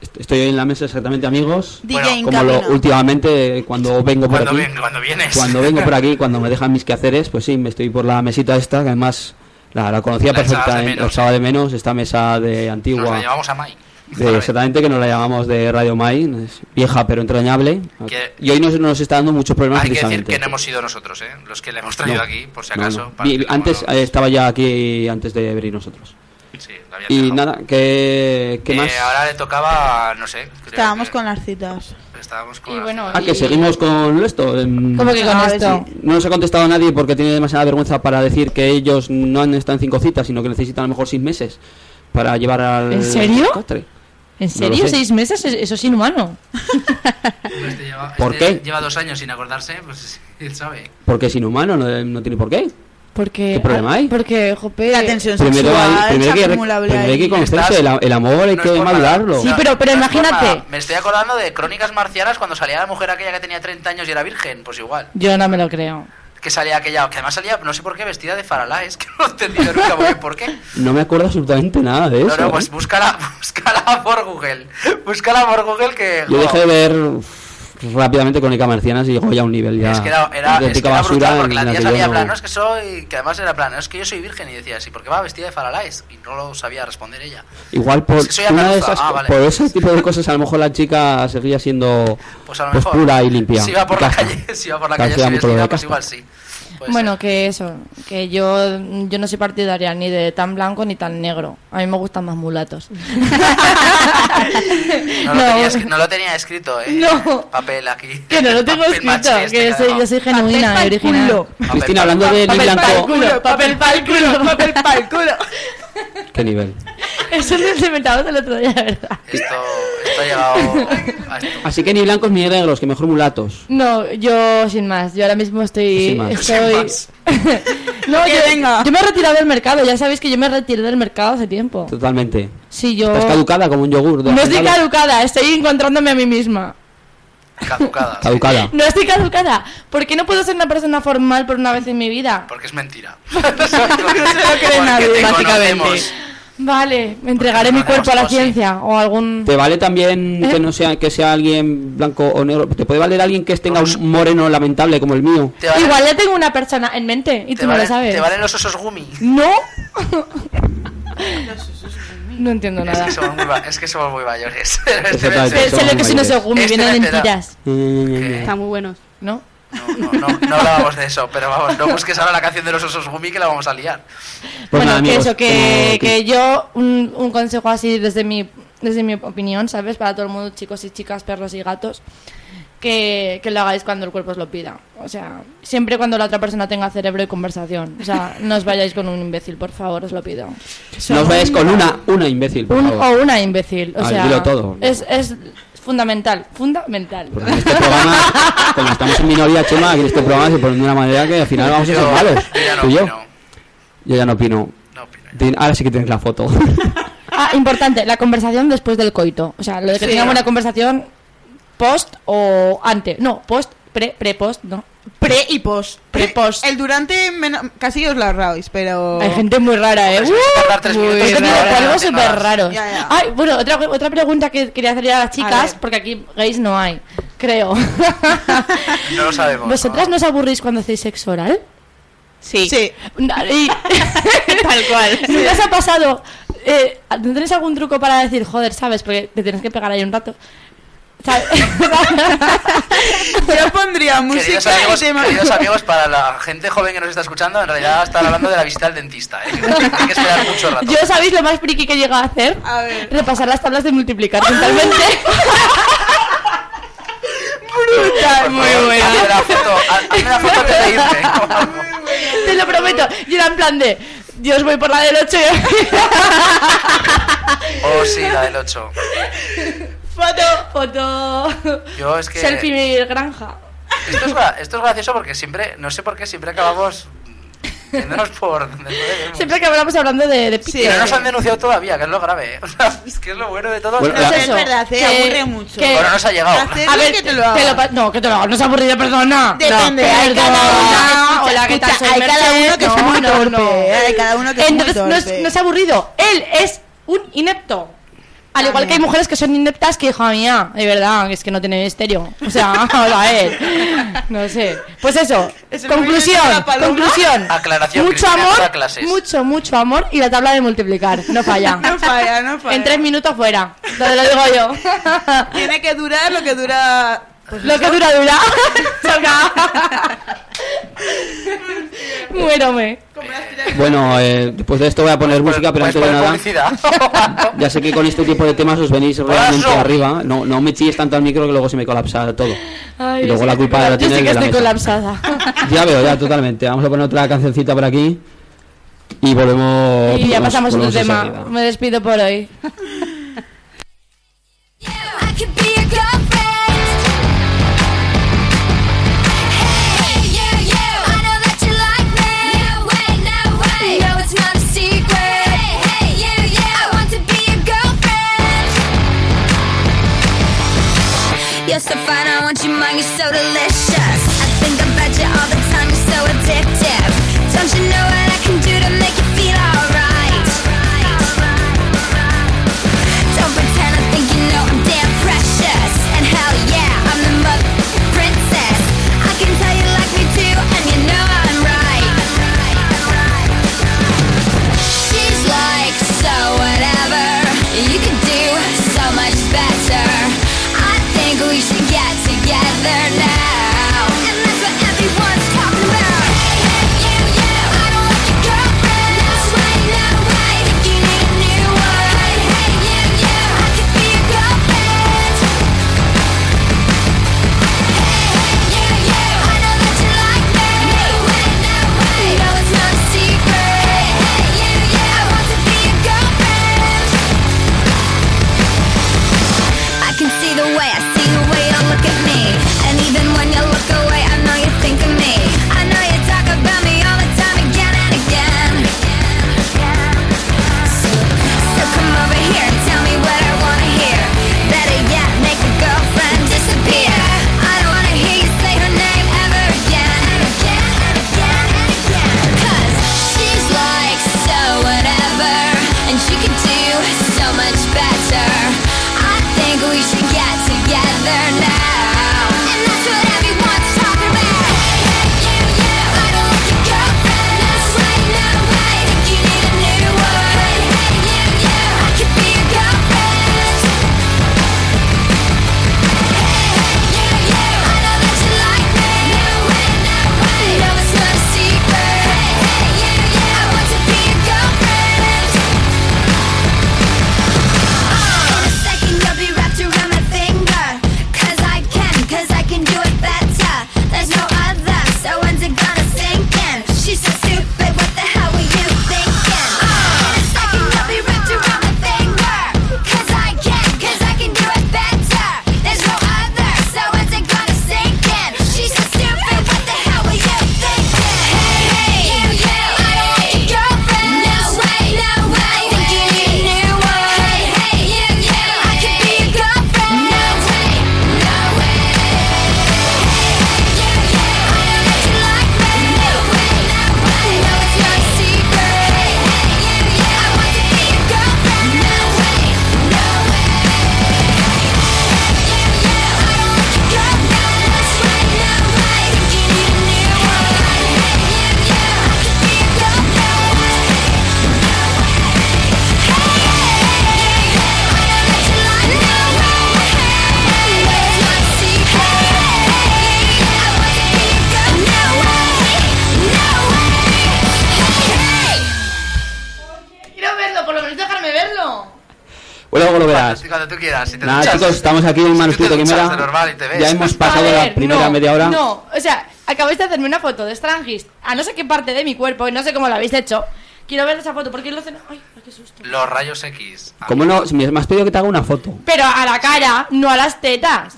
Est- Estoy hoy en la mesa exactamente, amigos. DJ Bueno, en Como lo, camino. últimamente, cuando vengo por Cuando, aquí. ven- cuando vienes. Cuando vengo por aquí, cuando me dejan mis quehaceres, pues sí, me estoy por la mesita esta, que además la, la conocía La echabas de perfectamente, menos. la echaba de menos, esta mesa de [laughs] Nos la antigua, llevamos a Mai. de- exactamente que nos la llamamos de Radio Mai, es vieja pero entrañable. Que- Y hoy no se nos está dando muchos problemas Hay que decir precisamente. que no hemos sido nosotros, ¿eh? Los que le hemos traído No, aquí, por si no, acaso. no. para Y que luego antes no- eh, estaba ya aquí antes de venir nosotros. Sí, la habías Y dejado. nada, ¿qué, qué Eh, más? Ahora le tocaba, no sé. creo Estábamos que- con las citas. Estábamos con. Y la- bueno, [laughs] Ah, que seguimos con esto. em, ¿Cómo que con A ver esto? si- No nos ha contestado nadie porque tiene demasiada vergüenza para decir que ellos no han estado en cinco citas, sino que necesitan a lo mejor seis meses para llevar al. ¿En serio? catre. ¿En No lo serio? sé. ¿Seis meses? Es- Eso es inhumano. este lleva, ¿Por este qué? Lleva dos años sin acordarse, pues [laughs] él sabe. Porque es inhumano, no, no tiene por qué. Porque, ¿Qué problema hay? Porque, jope... La tensión Primero, hay, sexual primero, se hay que, acumulable primero hay que ahí. conocerse, el, a- el amor hay No es que por nada. madurarlo. Sí, pero- pero No es por imagínate. nada. Me estoy acordando de Crónicas Marcianas cuando salía la mujer aquella que tenía 30 años y era virgen, pues igual. Yo no me lo creo. Que salía aquella, que además salía, no sé por qué, vestida de faralá, es que [laughs] no he entendido nunca muy bien por qué. No me acuerdo absolutamente nada de No, eso. no, ¿eh? pues búscala, [laughs] búscala por Google. Búscala por Google que. Yo dejé jo, de ver uff, rápidamente con Marcianas y llegó ya a un nivel ya. Es que era, era, de es que auténtica era basura brutal porque en la tía que yo salía en no- plan, no es que soy, que además era en plan, "No, es que yo soy virgen y decía así, ¿por qué va vestida de faralais? Y no lo sabía responder ella. Igual por Es que soy una de andaluza. esas, Ah, vale. por ese tipo de cosas, a lo mejor la chica seguía siendo Pues a lo pues, mejor. pura y limpia. [laughs] Si iba por la Casta. calle, si iba por la Casta, calle así mucho lo de vestida, pues casta. igual sí. Puede bueno, ser. que eso, que yo, yo no soy partidaria ni de tan blanco ni tan negro. A mí me gustan más [laughs] mulatos. no, [laughs] lo tenía, escri- no lo tenía escrito, eh. No. Papel aquí. [laughs] Que no lo tengo Papel escrito, maché este que ha soy- dejado. yo soy genuina y pa'l original. culo. Papel Cristina, pa- hablando de ni Papel pa'l blanco, culo, papel pa'l culo, papel pa'l culo. ¿qué nivel? [laughs] Eso lo inventamos el otro día, ¿verdad? Esto, esto ha llegado [laughs] a esto. Así que ni blancos ni negros, que mejor mulatos. No, yo sin más, yo ahora mismo estoy... Sin más. estoy... Sin no, Que yo, venga. yo me he retirado del mercado, ya sabéis que yo me retiré del mercado hace tiempo. Totalmente. Sí, yo... Estás caducada como un yogur. de No estoy regalo. caducada, estoy encontrándome a mí misma. Caducada. sí. [laughs] Caducada. No estoy caducada. ¿Por qué no puedo ser una persona formal por una vez en mi vida? Porque es [laughs] mentira. no se lo cree nadie, básicamente. Vale, me entregaré no mi cuerpo a la hacemos cosas, ciencia o algún... ¿Te vale también ¿Eh? que no sea que sea alguien blanco o negro? ¿Te puede valer alguien que tenga Vamos. un moreno lamentable como el mío? Igual ya tengo una persona en mente y tú no lo sabes. Te valen los osos gumi. ¿No? no entiendo Es nada. que somos muy, va- es que somos muy mayores. [laughs] Este Exactamente. Sé mes- somos sé lo que es un mayores. oso gumi, Este viene de me queda. mentiras, Eh, Están muy buenos. ¿no? No, no, no, no hablábamos de eso, pero vamos, no busques ahora la canción de los osos gumi que la vamos a liar. pues bueno, nada, que amigos, eh, eso, que, como- que yo un, un consejo así desde mi, desde mi opinión, ¿sabes? Para todo el mundo, chicos y chicas, perros y gatos, que, que lo hagáis cuando el cuerpo os lo pida. O sea, siempre cuando la otra persona tenga cerebro y conversación. O sea, no os vayáis con un imbécil, por favor, os lo pido. No os vayáis con una, una imbécil, por Un, favor. o una imbécil. O Ah, sea, dilo todo. Es, es fundamental, fundamental. Porque en este programa, como estamos en minoría, Chema, aquí en este programa se pone de una manera que al final vamos a ser Yo- malos. yo ya no Tú y yo. opino, Yo ya no opino. no opino. Tin- Ahora sí que tienes la foto. [laughs] Ah, importante, la conversación después del coito. O sea, lo de que Sí. tengamos una conversación post o antes. No, post pre, pre-post, ¿no? Pre y post. Pre-post. Eh, El durante meno- casi os lo ahorráis, pero. Hay gente muy rara, ¿eh? Pues es tardar tres Uy, minutos es que en tiene hablar, polvos ¿eh? súper Más. raros. Ya, ya. Ay, bueno, otra, otra pregunta que quería hacer a las chicas, ver. porque aquí gays no hay, creo. No lo sabemos. ¿Vosotras no os aburrís cuando hacéis sexo oral? Sí. Sí. Na- y- Tal [laughs] cual. ¿No les ha pasado? Eh, ¿No tenéis algún truco para decir, joder, sabes? Porque te tienes que pegar ahí un rato. ¿Sabes? Yo pondría Queridos música amigos, y tema- queridos amigos, para la gente joven que nos está escuchando, en realidad están hablando de la visita al dentista. ¿eh? Hay que esperar mucho rato. Yo sabéis lo más friki que llega a hacer. A ver. Repasar las tablas de multiplicar [laughs] mentalmente. Por favor, Hazme la foto, ha- hazme la foto antes de irme. ¿eh? Te lo prometo. Yo era en plan de. Dios, voy por la del 8. [laughs] Oh, sí, la del 8. Foto. Foto. Yo es que... [laughs] Selfie mi granja. Esto es, gra- esto es gracioso porque siempre, no sé por qué, siempre acabamos yéndonos por donde no debemos. [laughs] Siempre que hablamos hablando de, de Pero no nos han denunciado todavía, que es lo grave. ¿eh? [laughs] O sea, es que es lo bueno de todo. Bueno, Bueno, la- Es verdad, eh, aburre mucho. que- no nos ha llegado. Hacer- a ver, que te lo hagan. pa- no, que te lo hagan. No se ha aburrido, perdona. Depende, no, hay cada perdona. uno- Hola, ¿qué tal? Escucha, Soy hay cada Mercedes. uno que es No, muy no, torpe, no. hay cada uno que es muy Entonces, no torpe. no es aburrido. Él es un inepto. Al igual que hay mujeres que son ineptas que, hija mía, de verdad, que es que no tienen estéreo. O sea, [laughs] vamos a ver. No sé. Pues eso. Es el conclusión. movimiento de la paloma. Conclusión. Aclaración, Mucho Cristina, toda amor. clases. Mucho, mucho amor. Y la tabla de multiplicar. No falla. [laughs] No falla, no falla. En tres minutos fuera. Te lo digo yo. [laughs] Tiene que durar lo que dura. Lo que dura, dura. Choca. Muérome. Bueno, eh, después de esto voy a poner música, pero Puedes antes de poner nada. Pues, publicidad. [laughs] Ya sé que con este tipo de temas os venís realmente Paso. arriba. No, no me chilles tanto al micro que luego se me colapsa todo. Ay, y luego es la que- culpa la Yo tiene sí el que de la estoy mesa. [laughs] colapsada. Ya veo, ya totalmente. Vamos a poner otra cancioncita por aquí. Y volvemos. Y ya volvemos- pasamos otro volvemos tema. enseguida. Me despido por hoy. I could be your girlfriend. Hey, you, you. I know that you like me. No way, no way. No, it's not a secret. Hey, hey, you, you. I want to be your girlfriend. You're so fine, I want you, mine, you're so delicious. I think about you all the time, you're so addictive. Don't you know what I can do to make you feel alright? Don't pretend I think you know I'm damn precious. And hell yeah, I'm the mother princess. I can tell you like me do, and you know I'm right. She's like, so whatever. You could do so much better. I think we should get together now. And that's what everyone's talking about. Hey, hey, you, you. I don't like your girlfriend. No way, no way. Think you need a new one. Hey, hey, you, you. I could be your girlfriend. I can see the way, I see the way you look at me. And even cuando tú quieras. Si te Nada, duchas, chicos, estamos aquí en si tú te Manuscrito duchas Quimera. de normal y te ves. Ya hemos pasado A la ver, primera no, media hora. No, o sea, acabáis de hacerme una foto de Strangist a no sé qué parte de mi cuerpo y no sé cómo la habéis hecho. Quiero ver esa foto porque lo hacen. Ay, ay, qué susto. Los rayos X. Ah, ¿Cómo no? Si Me me has pedido que te haga una foto. Pero a la cara, no a las tetas.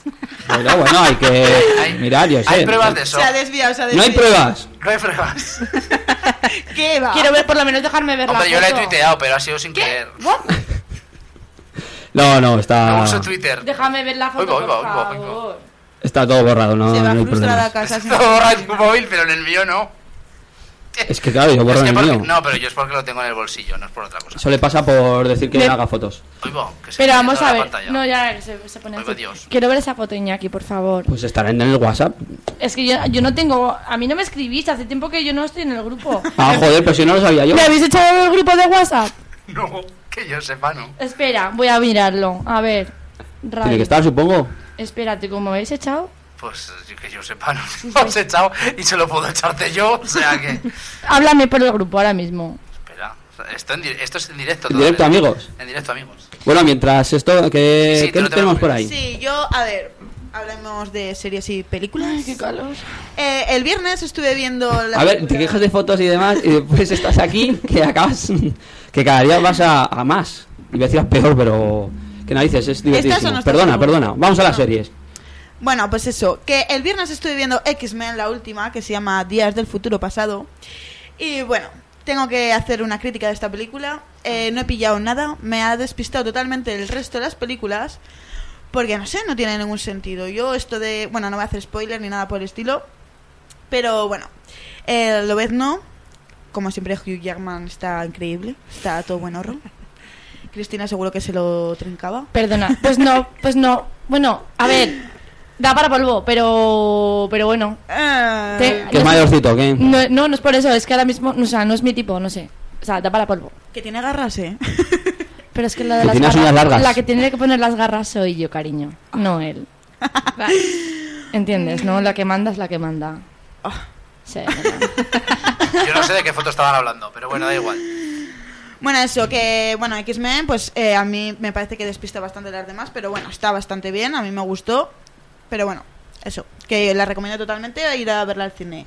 Bueno, bueno, hay que hay- mirar, yo Eh, sé. Hay pruebas de eso. Se ha desviado, se ha desviado. No hay pruebas. No hay [laughs] pruebas. ¿Qué va? Quiero ver, por lo menos dejarme ver Hombre, la yo foto. la he tuiteado, pero ha sido sin querer. What? No, no, No está, uso Twitter. Déjame ver la Oigo, foto, oigo, por oigo, favor. oigo. está todo borrado, no, se va no hay frustrada a problema. casa. sin- Todo borra en tu móvil, pero en el mío no. Es que claro, yo borro Es en que el porque- mío. No, pero yo es porque lo tengo en el bolsillo, no es por otra cosa. Eso le pasa por decir que Me- no haga fotos. Oigo, que se Pero está vamos yendo a la ver. pantalla. No, ya que se, se pone Oigo, así. Dios. Quiero ver esa foto, Iñaki, por favor. Pues estará en el WhatsApp. Es que yo, yo no tengo. A mí no me escribís, hace tiempo que yo no estoy en el grupo. Ah, joder, pero si no lo sabía [laughs] yo. ¿Me habéis echado del grupo de WhatsApp? [laughs] No, que yo sepa, no. Espera, voy a mirarlo. A ver. Tiene Rayos. que estar, supongo. Espérate, ¿cómo me habéis echado? Pues eh, que yo sepa, no [laughs] lo has echado y se lo puedo echarte yo. O sea que. Háblame por el grupo ahora mismo. Espera, o sea, esto, en di- esto es en directo. En todo, directo, ¿eh? amigos. En directo, amigos. Bueno, mientras esto, ¿qué, Sí, sí, qué tú no te tenemos por ahí? preocupes. Sí, yo, a ver, hablemos de series y películas. calor. Eh, el viernes estuve viendo la A ver, te película- quejas de fotos y demás, y después estás aquí, que acabas. [laughs] que cada día vas a, a más. Y voy a decir a peor, pero. que narices, es son divertidísimo. nuestras Perdona, preguntas. perdona. Vamos a las No. series. Bueno, pues eso, que el viernes estuve viendo X-Men, la última, que se llama Días del Futuro Pasado. Y bueno, tengo que hacer una crítica de esta película. Eh, no he pillado nada, me ha despistado totalmente el resto de las películas, porque no sé, no tiene ningún sentido. Yo esto de, bueno, no voy a hacer spoiler ni nada por el estilo, pero bueno, eh, lo ves no. Como siempre, Hugh Jackman está increíble, está a todo buen horror. Cristina seguro que se lo trincaba. Perdona, pues no, pues no. Bueno, a ver, da para polvo, pero pero bueno. Te- Qué yo- mayorcito, ¿qué? No, no, no es por eso, es que ahora mismo, o sea, no es mi tipo, no sé. O sea, da para polvo. Que tiene garras, ¿eh? Pero es que la de Que las tiene las uñas largas. La que tiene que poner las garras soy yo, cariño, no él. Vale. ¿Entiendes? No, la que manda es la que manda. Ah. Sí, verdad. Yo no sé de qué foto estaban hablando, pero bueno, da igual. Bueno, eso, que bueno, X-Men, pues eh, a mí me parece que despista bastante de las demás, pero bueno, está bastante bien, a mí me gustó. Pero bueno, eso, que la recomiendo totalmente a ir a verla al cine.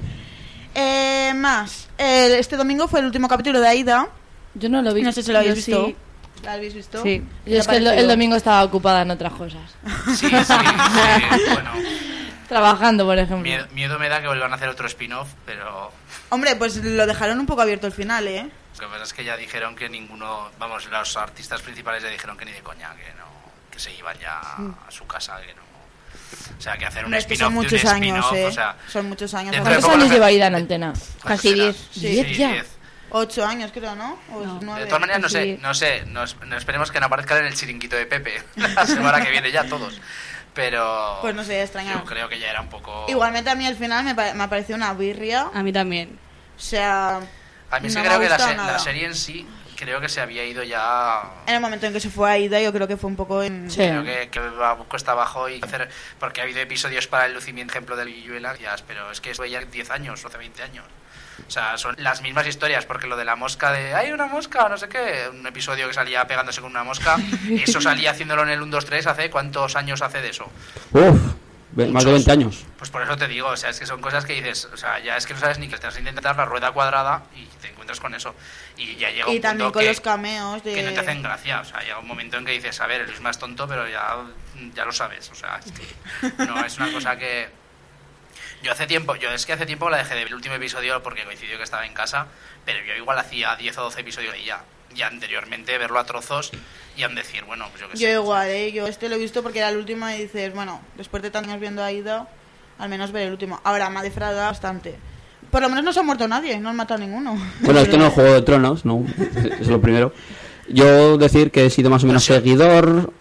Eh, más, el- este domingo fue el último capítulo de Aida. Yo no lo vi. No sé si lo habéis Yo sí. visto. ¿La habéis visto? Sí. Yo es que el, do- el domingo estaba ocupada en otras cosas. Sí, sí, sí, bueno. Trabajando, por ejemplo. Miedo, miedo me da que vuelvan a hacer otro spin-off, pero Hombre, pues lo dejaron un poco abierto el final, ¿eh? lo que pasa es que ya dijeron que ninguno, vamos, los artistas principales ya dijeron que ni de coña, que no, que se iban ya a su casa, que no. O sea, que hacer un Mm. Hombre, es que spin-off son de un muchos años, spin-off, ¿eh? o sea, son muchos años. dentro de ¿Cuántos poco años no- lleva ida en antena? Casi ¿cuántos diez. será? ¿Diez ya? [laughs] Ocho años, creo, ¿no? O nueve. De todas maneras, no sé, Sí. no sé, nos, nos esperemos que no aparezcan en el chiringuito de Pepe [laughs] la semana que viene ya todos. Pero. Pues no sé, extrañar. Yo creo que ya era un poco. Igualmente a mí al final me, pare- me ha parecido una birria. A mí también. O sea, A mí sí no me creo ha que la, gustado se- la nada. serie en sí, creo que se había ido ya. en el momento en que se fue a Ida, yo creo que fue un poco en... Sí. Creo que, que va a cuesta abajo y hacer. Porque ha habido episodios para el lucimiento, ejemplo, del Guilluela, ya, pero es que esto ya 10 años, 12, 20 años. O sea, son las mismas historias, porque lo de la mosca de hay una mosca, no sé qué, un episodio que salía pegándose con una [laughs] mosca, eso salía haciéndolo en el 1, 2, 3, hace cuántos años hace de eso. Uf, ve- más de Muchos. 20 años. Pues por eso te digo, o sea, es que son cosas que dices, o sea, ya es que no sabes ni que estás intentando dar la rueda cuadrada y te encuentras con eso. Y ya llega un Y también punto con que, los cameos de... que no te hacen gracia, o sea, llega un momento en que dices, a ver, Luis más tonto, pero ya, ya lo sabes, o sea, es que no es una cosa que... Yo hace tiempo, yo es que hace tiempo la dejé de ver el último episodio porque coincidió que estaba en casa, pero yo igual hacía 10 o 12 episodios y ya, ya anteriormente verlo a trozos y han decir, bueno, pues yo qué sé. Yo igual, ¿eh? Yo este lo he visto porque era el último y dices, bueno, después de tantos años viendo a Ida, al menos ver el último. Ahora, me ha defraudado bastante. Por lo menos no se ha muerto nadie, no han matado a ninguno. Bueno, esto no es Juego de Tronos, ¿no? Es lo primero. Yo decir que he sido más o menos seguidor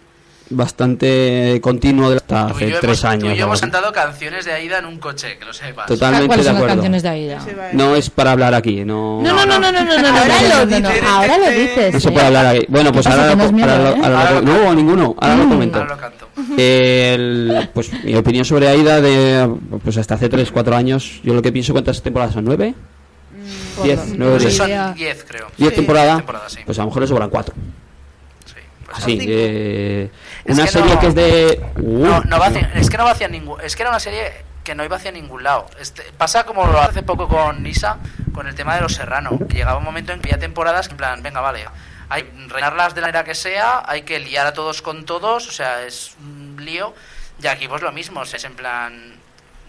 bastante continuo de hasta Tú y hace yo tres hemos- años. Tú y yo algo hemos así. cantado canciones de Aida en un coche, que lo sepas. Totalmente ¿Cuáles de son las acuerdo. canciones de Aida? [laughs] Se va ¿eh? a- No es para hablar aquí, no. No, no, no, no, no, no, no, no, Ahora no, lo no, no, dices, no, Ahora lo dices. No se ¿eh? puede hablar ahí. Bueno, pues ¿Qué pasa, ahora, que lo, no es mía, ahora eh? Mm. lo- ahora Ahora lo- lo- no, ninguno. Ahora lo comento. Ahora lo canto. El- pues mi opinión sobre Aida de pues hasta hace 3, 4 años, yo lo que pienso cuántas temporadas son, 9, 10, No 9, sé, 10. Mm. idea. Pues son 10, creo. 10 temporadas. temporadas, sí. Pues a lo mejor le sobran 4. Sí, pues Así, cinco. eh, Es una que serie no- que es de... Uh, No, no va hacia- es que no va hacia ningún. Es que era una serie que no iba hacia ningún lado. Este, pasa como lo hace poco con Nisa, con el tema de los serranos. Que llegaba un momento en que había temporadas que en plan, venga, vale, hay que rellenarlas de la manera que sea, hay que liar a todos con todos, o sea, es un lío. Y aquí pues lo mismo, o sea, es en plan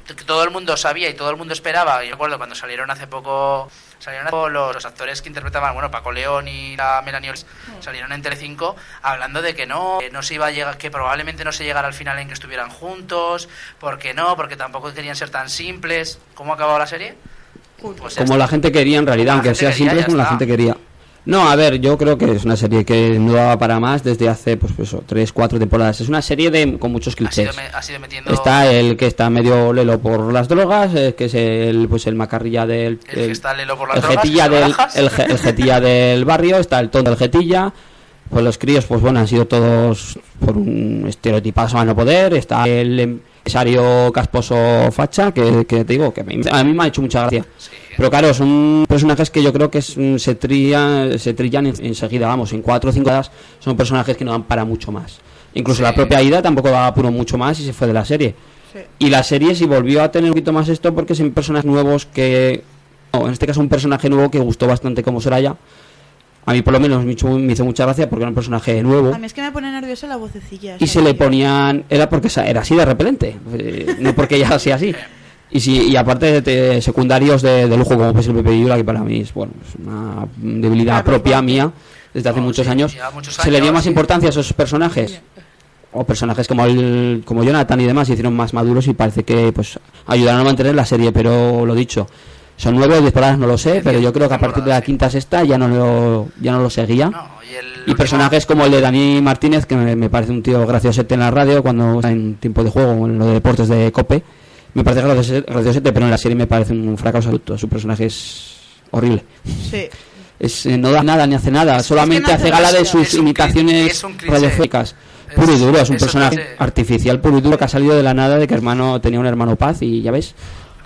que todo el mundo sabía y todo el mundo esperaba. Yo recuerdo cuando salieron hace poco salieron hace poco los, los actores que interpretaban, bueno, Paco León y la Melanie Olsen salieron en Telecinco hablando de que no, que no se iba a llegar, que probablemente no se llegara al final en que estuvieran juntos, porque no, porque tampoco querían ser tan simples. ¿Cómo ha acabado la serie? Pues ya como está. la gente quería en realidad, Como aunque la gente sea quería, simple, ya como la está. gente quería. No, a ver, yo creo que es una serie que no daba para más desde hace, pues eso, tres, cuatro temporadas. Es una serie de con muchos ha sido, clichés. me- ha sido metiendo Está el que está medio lelo por las drogas, eh, que es el, pues el macarrilla del... el, que está lelo por las el drogas, jetilla que te del, bajas. el, je- el jetilla del barrio, está el tonto del jetilla. Pues los críos, pues bueno, han sido todos por un estereotipados a no poder. Está el empresario casposo facha, que, que te digo, que a mí, a mí me ha hecho mucha gracia. Pero claro, son personajes que yo creo que es un- se, trillan, se trillan en- enseguida, vamos, en cuatro o cinco horas son personajes que no dan para mucho más. Incluso Sí. la propia Ida tampoco daba puro mucho más y se fue de la serie. Y la serie sí volvió a tener un poquito más esto porque son personajes nuevos que... no, en este caso un personaje nuevo que gustó bastante como Soraya. A mí por lo menos me hizo, me hizo mucha gracia porque era un personaje nuevo. A mí es que me pone nerviosa la vocecilla. Y esa se le de- ponían... Era porque sa- era así de repelente. eh, no porque ella sea así. Y, sí, y aparte de te- secundarios de, de lujo como pues el Pepe Villa, que para mí es, bueno, es una debilidad Claro, propia mía desde hace No, muchos, sí, años. lleva muchos Se le dio años, más sí. importancia a esos personajes. O personajes como el, como Jonathan y demás se hicieron más maduros y parece que pues ayudaron a mantener la serie, pero lo dicho. Son nueve o diez temporadas, no lo sé, pero yo creo que a partir de la quinta sexta ya no lo, ya no lo seguía. No, y el Y último- personajes como el de Dani Martínez, que me, me parece un tío graciosete en la radio cuando está en tiempo de juego, en lo de deportes de Cope. Me parece graciosete, graciosete, pero en la serie me parece un fracaso absoluto. Su personaje es horrible. Sí. Es, eh, no da nada ni hace nada, solamente hace hace gala de gracia. sus Es un cli- imitaciones es un cliché. radiofónicas. Es- Puro y duro, es un es un personaje cliché. artificial puro y duro que ha salido de la nada de que hermano tenía un hermano Paz y ya ves.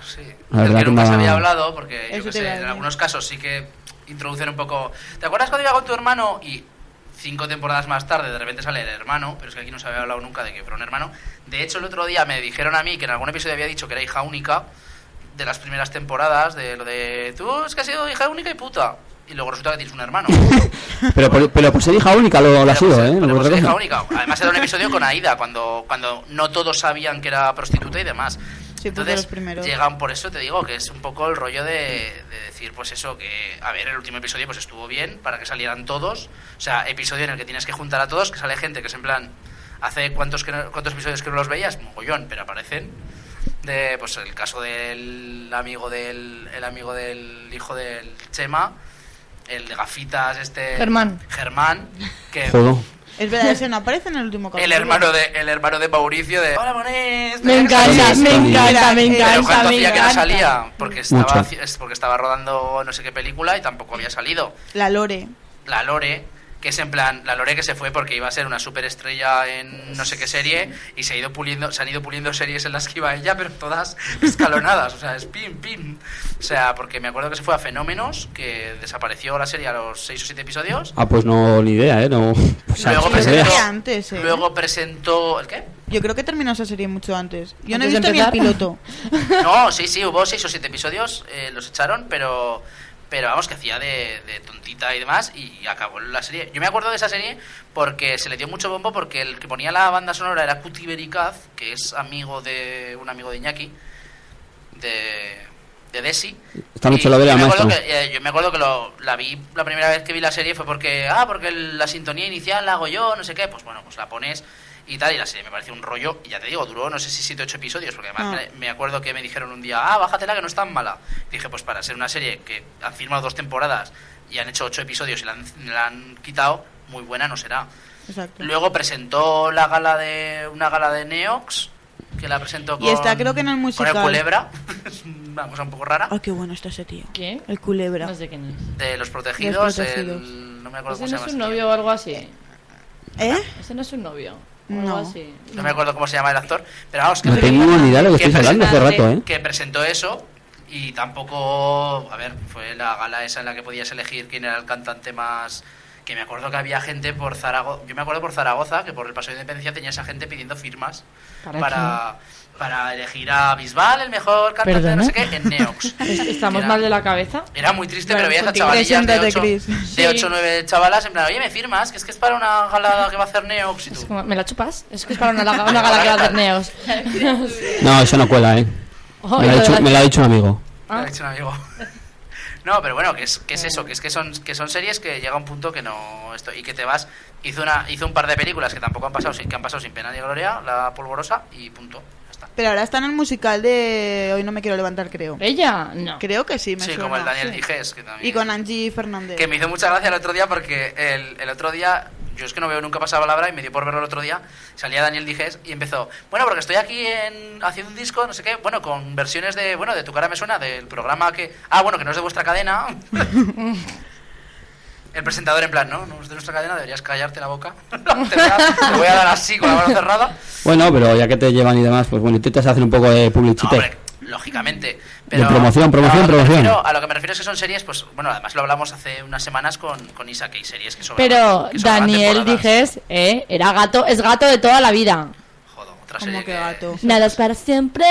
Sí. La del verdad que que nunca se no- había hablado, porque yo Eso que te iba sé, a en decir. algunos casos sí que introducen un poco. ¿Te acuerdas cuando iba con tu hermano? Y cinco temporadas más tarde de repente sale el hermano, pero es que aquí no se había hablado nunca de que fuera un hermano. De hecho, el otro día me dijeron a mí que en algún episodio había dicho que era hija única de las primeras temporadas, de lo de tú es que has sido hija única y puta. Y luego resulta que tienes un hermano. [laughs] Pero, por- pero por ser hija única lo, lo ha Pero sido, pues, ¿eh? pero No pues otra es la cosa. única. Además era un episodio con Aida, cuando, cuando no todos sabían que era prostituta y demás. Sí, fue de los primeros. llegan por eso, te digo, que es un poco el rollo de, de decir, pues eso, que, a ver, el último episodio pues estuvo bien para que salieran todos. O sea, episodio en el que tienes que juntar a todos, que sale gente que es en plan, hace cuántos, que no- cuántos episodios que no los veías, mogollón, pero aparecen. De, pues el caso del amigo del, el amigo del hijo del Chema, el de gafitas, este... Germán. Germán, que... [laughs] Joder. Es verdad, ese no aparece en el último capítulo. El hermano de, el hermano de Mauricio de... Hola, Monés. Me encanta, encanta, me me encanta, encanta, me me Pero encanta, cuánto me hacía que no encanta. salía, porque estaba, Mucho. es porque estaba rodando no sé qué película y tampoco había salido. La Lore. La Lore, que es en plan, la Lore que se fue porque iba a ser una superestrella en no sé qué serie y se, ha ido puliendo, se han ido puliendo series en las que iba ella, pero todas [laughs] escalonadas, o sea, es pim, pim. O sea, porque me acuerdo que se fue a Fenómenos, que desapareció la serie a los 6 o 7 episodios. Ah, pues no, ni idea, ¿eh? No, [laughs] pues, Luego ni idea. presentó, Sí, antes, ¿eh? luego presentó... ¿El qué? Yo creo que terminó esa serie mucho antes. Yo no he Antes de visto ni el empezar. [laughs] piloto. No, sí, sí, hubo seis o siete episodios, eh, los echaron, pero pero vamos, que hacía de, de tontita y demás, y acabó la serie. Yo me acuerdo de esa serie porque se le dio mucho bombo, porque el que ponía la banda sonora era Cuti Bericaz, que es amigo de un amigo de Iñaki, de, de Desi. Está mucho Y la yo vera, me acuerdo maestro. que- eh, Yo me acuerdo que lo, la vi la primera vez que vi la serie fue porque, ah, porque el- la sintonía inicial la hago yo, no sé qué, pues bueno, pues la pones y tal, y la serie me pareció un rollo, y ya te digo, duró no sé si 7 o 8 episodios, porque además Ah. me, me acuerdo que me dijeron un día, ah, bájatela que no es tan mala. Dije, pues para ser una serie que han firmado dos temporadas y han hecho 8 episodios y la han, la han quitado, muy buena no será. Exacto. Luego presentó la gala de una gala de Neox, que la presentó Y con, está, creo que en el musical. con el Culebra, [laughs] es una cosa un poco rara. Ay, Ah, qué bueno está ese tío. ¿Quién? El culebra. No sé quién es. De los protegidos, Los protegidos. el- no me acuerdo ¿Ese no cómo es se llama. un este tío. novio o algo así? ¿Eh? ¿Ese no es un novio? O No. Algo así. No me acuerdo cómo se llama el actor, pero vamos, que, No tengo ni idea de lo que que estáis hablando hace rato, ¿eh? que presentó eso y tampoco, a ver, fue la gala esa en la que podías elegir quién era el cantante más que me acuerdo que había gente por Zaragoza, yo me acuerdo por Zaragoza, que por el Paseo de Independencia tenía esa gente pidiendo firmas ¿Para para, para elegir a Bisbal, el mejor cantante de no ¿Perdona? sé qué, en Neox. ¿Estamos Era- mal de la cabeza? Era muy triste, Bueno, pero veías a contigo. chavalillas de Preséntate, 8 Chris. de ocho o 9 chavalas en plan, oye, me firmas, que es que es para una galada que va a hacer Neox y Es tú. como, ¿Me la chupas? Es que es para una, laga- una gala que va a hacer neos. No, eso no cuela, ¿eh? Oh, me, lo ha lo de dicho, la- me lo ha dicho un amigo. Me lo ha dicho un amigo. [laughs] No, pero bueno, que es, que es eso, que es que son, que son series que llega un punto que no esto y que te vas. Hizo una, hizo un par de películas que tampoco han pasado sin, que han pasado sin pena ni gloria, la polvorosa y punto. Ya está. Pero ahora está en el musical de Hoy no me quiero [laughs] levantar, creo. ¿Ella? No. Creo que sí, me Sí, suena. como el Daniel Dijes, que también. Y con Angie Fernández. Que me hizo mucha gracia el otro día porque el, el otro día, yo es que no veo nunca pasar palabra y me dio por verlo el otro día, salía Daniel Dijes y empezó, bueno, porque estoy aquí en, haciendo un disco, no sé qué, bueno, con versiones de, bueno, de Tu cara me suena, del programa que, ah, bueno, que no es de vuestra cadena. El presentador en plan, no, no es de nuestra cadena, deberías callarte la boca. [laughs] Te voy a- te voy a dar así con la mano cerrada. Bueno, pero ya que te llevan y demás, pues bueno, intentas hacer un poco de No, publicité. hombre, lógicamente. Pero, De promoción, promoción, a lo que me promoción. refiero- a lo que me refiero es que son series, pues bueno, además lo hablamos hace unas semanas con, con Isa, que hay series que son. Pero que sobran Daniel temporadas. Dijes, ¿eh? Era gato, es gato de toda la vida. Joder, otra Como serie. que gato. Nada es para siempre.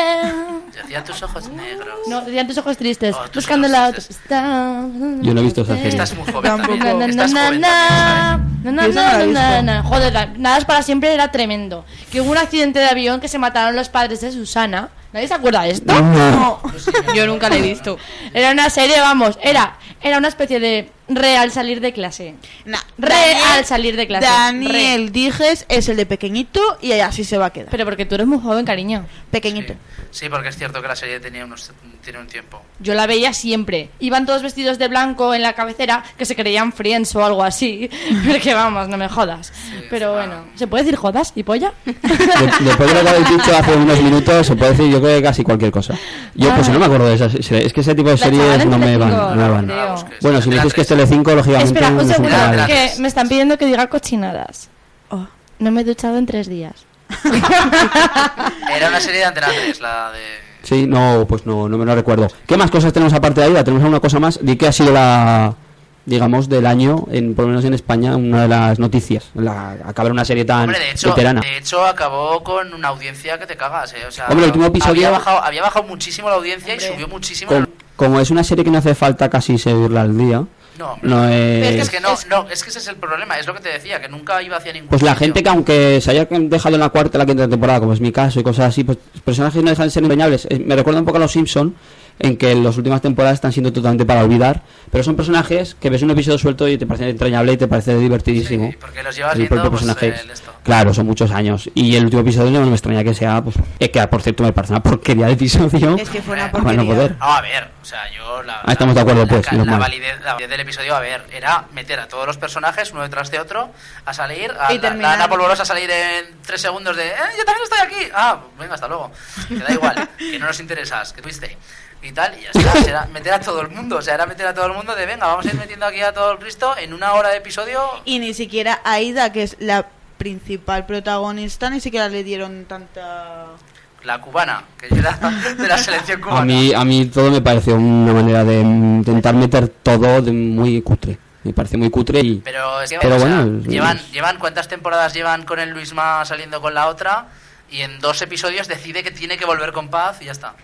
Te hacían tus ojos negros. No, decían tus ojos tristes. Oh, tus buscando ojos la tristes. Yo no he visto esa serie. Estás muy joven Tampoco. también. Na, na, Estás na, joven na, también, na, na, Yo eso no na, lo he na, visto. na. Joder, la- nada es para siempre era tremendo. Que hubo un accidente de avión que se mataron los padres de Susana. ¿Nadie se acuerda de esto? No. Yo nunca la he visto. Era una serie, vamos, era, era una especie de real salir de clase. Nah, Re al salir de clase, Daniel Dijes es el de pequeñito y así se va a quedar. Pero porque tú eres muy joven, cariño. pequeñito. ¿sabes? Sí, porque es cierto que la serie tenía unos, tiene un tiempo. Yo la veía siempre. Iban todos vestidos de blanco en la cabecera, que se creían friends o algo así. [laughs] Porque vamos, no me jodas. claro. Pero bueno, ¿se puede decir jodas y [laughs] polla? De- Después de lo que habéis dicho hace unos minutos, se puede decir yo creo que casi cualquier cosa. Yo pues no me acuerdo de esas series. Es que ese tipo de La chavala series en no me van. Telecinco, No me la van. No la Creo. busques. Bueno, si me Era dices que es tres. Telecinco, lógicamente Espera, no un es segundo, Dale, canal. dale. que me están pidiendo que diga cochinadas. No me he duchado en tres días. Era una serie de Antena 3, la de. Sí, no, pues no, no me lo recuerdo. ¿Qué más cosas tenemos aparte de Aida? Tenemos alguna cosa más. Di que ha sido la, digamos, del año, en, por lo menos en España, una de las noticias. La, acabar una serie tan Hombre, de hecho, eh, veterana. de hecho acabó con una audiencia que te cagas, ¿eh? O sea, Hombre, el último episodio- Había bajado, había bajado muchísimo la audiencia y subió muchísimo. Com- como es una serie que no hace falta casi seguirla al día, No, hombre. no Es, es... que no, no, es que ese es el problema, es lo que te decía, que nunca iba hacia ningún Pues la sitio. gente que aunque se haya dejado en la cuarta o la quinta temporada, como es mi caso y cosas así, pues los personajes no dejan de ser empeñables. Eh, Me recuerda un poco a los Simpson, en que las últimas temporadas están siendo totalmente para olvidar, pero son personajes que ves un episodio suelto y te parece entrañable y te parece divertidísimo. Sí, porque los llevas El viendo, propio pues, personaje. el esto. Claro, son muchos años. Y el último episodio no me extraña que sea, pues, eh, que por cierto me parece una porquería de episodio. Es que fue Eh, una Para no porquería. poder. No, a ver, o sea, yo la. Ah, estamos de acuerdo, pues, la- La, menos mal. validez, la validez del episodio, a ver, era meter a todos los personajes uno detrás de otro a salir. A, la- Y la, terminar. Ana Polvorosa a salir en tres segundos de. ¡Eh, yo también estoy aquí! Ah, pues venga, hasta luego. Que da igual, que no nos interesas, que fuiste. Y tal, y ya está. o sea, Era meter a todo el mundo, o sea, era meter a todo el mundo de venga, vamos a ir metiendo aquí a todo el Cristo en una hora de episodio. Y ni siquiera Aida, que es la principal protagonista, ni siquiera le dieron tanta... La cubana, que yo era [laughs] de la selección cubana. A mí, a mí todo me pareció una manera de intentar meter todo de muy cutre. Me parece muy cutre y... Pero es que, Pero o sea, bueno, es- llevan, llevan cuántas temporadas llevan con el Luisma saliendo con la otra y en dos episodios decide que tiene que volver con Paz y ya está.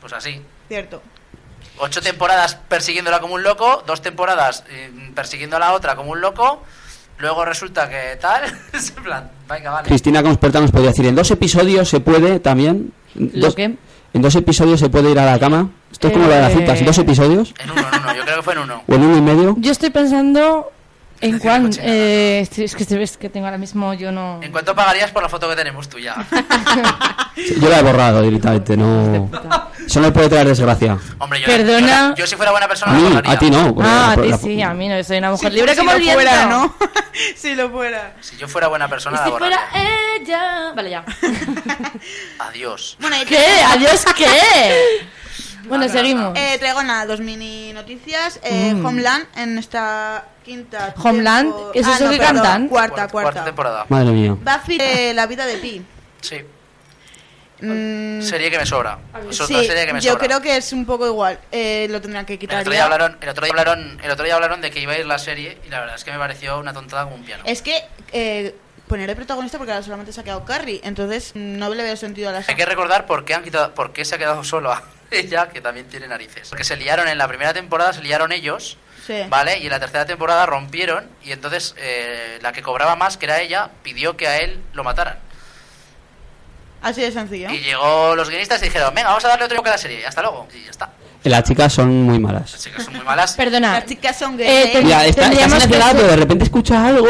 Pues así. Cierto. Ocho temporadas persiguiéndola como un loco, dos temporadas eh, persiguiendo a la otra como un loco, luego resulta que tal, [laughs] es en plan, venga, vale. Cristina Consperta nos podría decir, en dos episodios se puede también... Dos, qué? En dos episodios se puede ir a la cama. Esto es como lo de las Eh, citas, en dos episodios En uno, en uno, yo creo que fue en uno. o en uno y medio. Yo estoy pensando en Decir cuán... cochinadas. eh, estoy- es, que, estoy- es que tengo ahora mismo, yo no... ¿En cuánto pagarías por la foto que tenemos tuya? Yo la he borrado directamente, [laughs] no... Este Eso no puede traer desgracia. Hombre, yo, Perdona. yo, yo si fuera buena A persona mí, lo pagaría. a ti no. porque Ah, a la- ti la- sí, a mí no, yo soy una mujer Si- libre si como el lo viento. fuera, ¿no? [laughs] si lo fuera. Si yo fuera buena persona, Y la si fuera borraría. ella... Vale, ya. Adiós. Bueno, y ¿Qué? ¿Adiós qué? Bueno, seguimos. Eh, traigo nada, dos mini noticias. Eh, Homeland en esta quinta. Homeland, tempo- ¿es Ah, eso no, que perdón, cantan? Cuarta, cuarta. temporada. Madre mía. Buffy, eh, la vida de Pi. Sí. Mm, Serie que me sobra. Es otra sí, serie que me yo sobra. creo que es un poco igual. Eh, lo tendrán que El quitar. otro, ya. día hablaron, el, otro día hablaron, el otro día hablaron de que iba a ir la serie y la verdad es que me pareció una tontada como un piano. Es que eh, ponerle protagonista porque ahora solamente se ha quedado Carrie. Entonces no le veo sentido a la Hay que recordar por qué, han quitado, por qué se ha quedado [laughs] solo a ella, que también tiene narices. Porque se liaron en la primera temporada, se liaron ellos, Sí. ¿vale? Y en la tercera temporada rompieron y entonces eh, la que cobraba más, que era ella, pidió que a él lo mataran. Así de sencillo. Y llegó los guionistas y dijeron, venga, vamos a darle otro enfoque a la serie. Y hasta luego. Y ya está. Las chicas son muy Las malas. chicas son muy [laughs] malas. Perdona. Las chicas son Eh, gays. te- Mira, está, estás Tendríamos que emocionada, hacer- pero de repente escuchas algo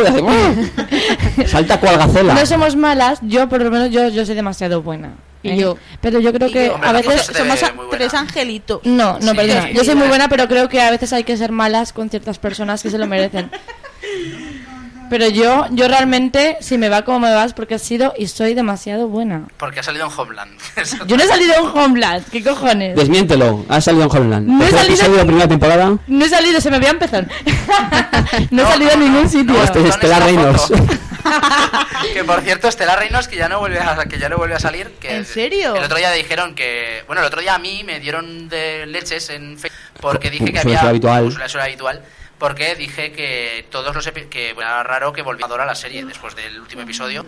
[laughs] y haces... Salta cual gacela. No somos malas, yo por lo menos yo, yo soy demasiado buena. Y ¿Eh? yo, pero yo creo Y que yo, hombre, a tampoco veces se te Somos ve a- muy buena. tres angelitos. no, no, Sí, perdona. sí, Yo soy sí. muy buena, pero creo que a veces hay que ser malas con ciertas personas que se lo [laughs] merecen. Pero yo, yo realmente, si me va como me vas, porque he sido y soy demasiado buena. Porque ha salido en Homeland. [laughs] Yo no he salido en Homeland, ¿qué cojones? Desmiéntelo, ha salido en Holland. No he Tercer salido- episodio de la primera temporada. No he salido, se me había empezado. [laughs] no he No, salido a no, ningún no, sitio. no, Este- ¿dónde Estela está la Reynolds. foto? que por cierto, Estela Reinos que ya no vuelve a, que ya no vuelve a salir. Que ¿En serio? El otro día dijeron que. Bueno, el otro día a mí me dieron de leches en Facebook porque dije que Como suele había. ser habitual. como suele ser habitual, Porque dije que todos los epi- que era raro que volviera a la serie después del último episodio.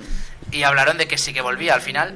Y hablaron de que sí que volvía al final.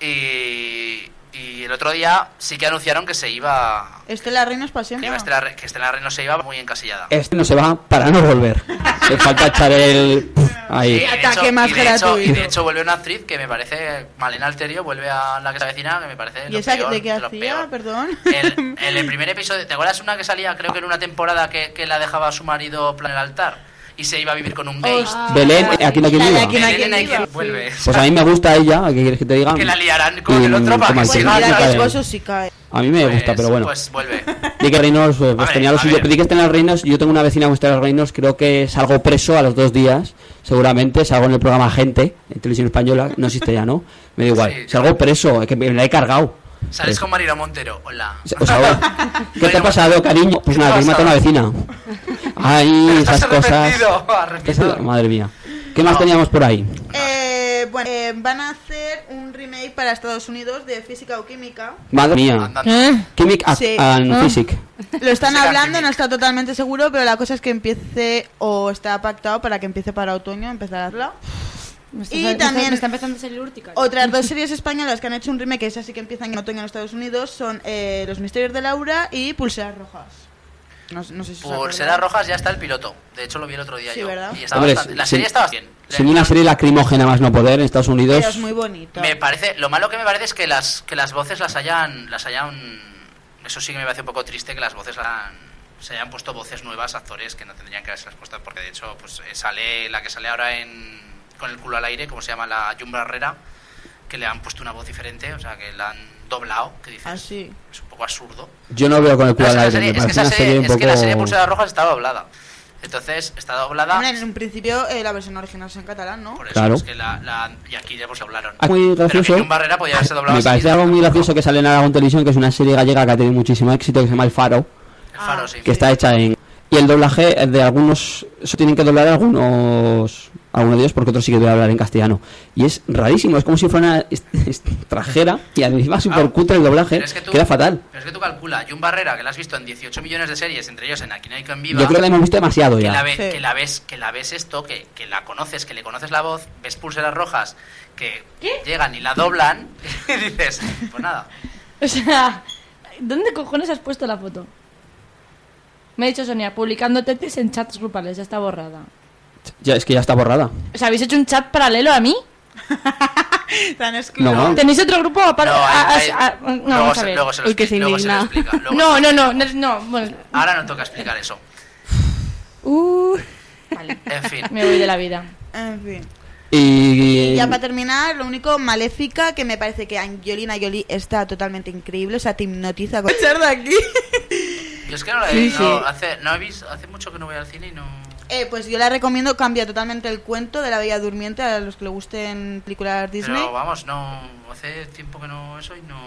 Y. Y el otro día sí que anunciaron que se iba. Estela Reina es pasión. Que, iba Estela Re- que Estela Reinos se iba muy encasillada. [laughs] Este no se va para no volver. Le falta echar el... Ahí. Sí, de ataque hecho- más y de hecho- gratuito. y de hecho vuelve una actriz que me parece, Malena Alterio, vuelve a la que se vecina, que me parece ¿Y lo esa peor, de qué lo hacía? peor. Perdón. [laughs] El, el, el primer episodio, ¿te acuerdas una que salía, creo que en una temporada que, que la dejaba su marido plan el altar y se iba a vivir con un gay? Belén, eh, aquí no La quien de Aquí no hay quien Belén hay viva, quien sí. vuelve. Pues a mí me gusta ella, ¿qué quieres que te diga? Que la liarán con Y el otro para toma, que sí, Pues siga. sí, mira, sí, los sí. huesos sí caen. A mí me Pues- gusta, pero bueno. Pues vuelve. Dick Reynolds pues, ver, tenía lo a suyo. ver. Pero Dick Estela Reynolds, yo tengo una vecina con Estela Reynolds, creo que salgo preso a los dos días, seguramente, salgo en el programa Gente, en televisión española, no existe ya, ¿no? Me da igual, Sí. salgo preso, es que me la he cargado. Sales Eh, con Marina Montero, hola. o [laughs] sea, ¿Qué te ha pasado, cariño? Pues ¿Qué nada, que te ha me mata una vecina. [laughs] Ay, Pero esas estás cosas. arrepentido, arrepentido. Esas- Madre mía. ¿Qué más No. teníamos por ahí? Eh, bueno, eh, van a hacer un remake para Estados Unidos de Física [laughs] o Química. Madre mía. Andando. ¿Eh? Chemic Act Sí. Ah. and Physics. Lo están Será hablando, remake. no está totalmente seguro, pero la cosa es que empiece o está pactado para que empiece para otoño, empezar a hacerlo. Me Y me también- me está empezando a salir úrtica. Otras dos series españolas que han hecho un remake, que esas sí que empiezan en otoño en Estados Unidos, son eh, Los Misterios de Laura y Pulseras Rojas. No, no sé si os Pulseras acordáis. rojas ya está el piloto. De hecho lo vi el otro día Sí, yo. ¿verdad? Y estaba Hombre, bastante- sí, La sí. serie estaba bien. Sin una serie lacrimógena más no poder en Estados Unidos. Pero es muy bonito. Me parece, lo malo que me parece es que las que las voces las hayan las hayan eso sí que me parece un poco triste que las voces las hayan- se hayan puesto voces nuevas, actores que no tendrían que haberse las puesto porque de hecho pues eh, sale la que sale ahora en con el culo al aire, como se llama la Jumbra Herrera, que le han puesto una voz diferente, o sea, que la han doblado, que dices, Ah, sí. es un poco absurdo. Yo no veo con el culo Pero al es que la aire, serie, me es que parece esa una serie serie- un es poco... que la serie Pulseras Rojas está doblada. Entonces, está doblada Hombre, en un principio eh, la versión original es en catalán, ¿no? por eso Claro. es que la, la- y aquí ya pues hablaron. Ah, muy Pero gracioso. que Jun Barrera podía haberse doblado Me así, parece algo muy tampoco. gracioso que sale en Aragón Televisión, que es una serie gallega que ha tenido muchísimo éxito, que se llama El Faro, El Ah. faro, sí. que está hecha en... Y el doblaje de algunos... Eso tienen que doblar algunos... Algunos de ellos, porque otros sí que deben hablar en castellano. Y es rarísimo, es como si fuera una est- extranjera, y encima súper cutre el doblaje, Ah. Pero es que tú- queda fatal. Pero es que tú calcula, Jun Barrera, que la has visto en 18 millones de series, entre ellos en Aquí no hay quien viva, Yo creo que la hemos visto demasiado que, la ya. ve- Sí. que la ves, que la ves esto, que, que la conoces, que le conoces la voz, ves pulseras rojas que llegan y la doblan, [laughs] y dices, pues nada. O sea, ¿dónde cojones has puesto la foto? Me ha dicho Sonia, publicando tetis en chats grupales, ya está borrada. Ya, es que ya está borrada. O sea, ¿habéis hecho un chat paralelo a mí? [laughs] Tan excluido. No. ¿Tenéis otro grupo aparte? No, hay- Ah, ah, hay- ah, no, luego, vamos a se, ver. luego se lo Uy, que se expli- luego se lo indigna. explica. luego- No, no, no, no, no, bueno, Ahora no toca explicar eso. Uh, vale, En fin. [laughs] me voy de la vida. En fin. Y... Ya para terminar, lo único maléfica que me parece que Angelina Jolie está totalmente increíble, o sea, te [laughs] hipnotiza con echar de aquí. Yo es que no la he Sí, sí. no, hace, no he visto, hace mucho que no voy al cine y no. Eh, pues yo la recomiendo, cambia totalmente el cuento de la Bella Durmiente a los que le gusten películas Disney. Pero vamos, no. Hace tiempo que no eso y no.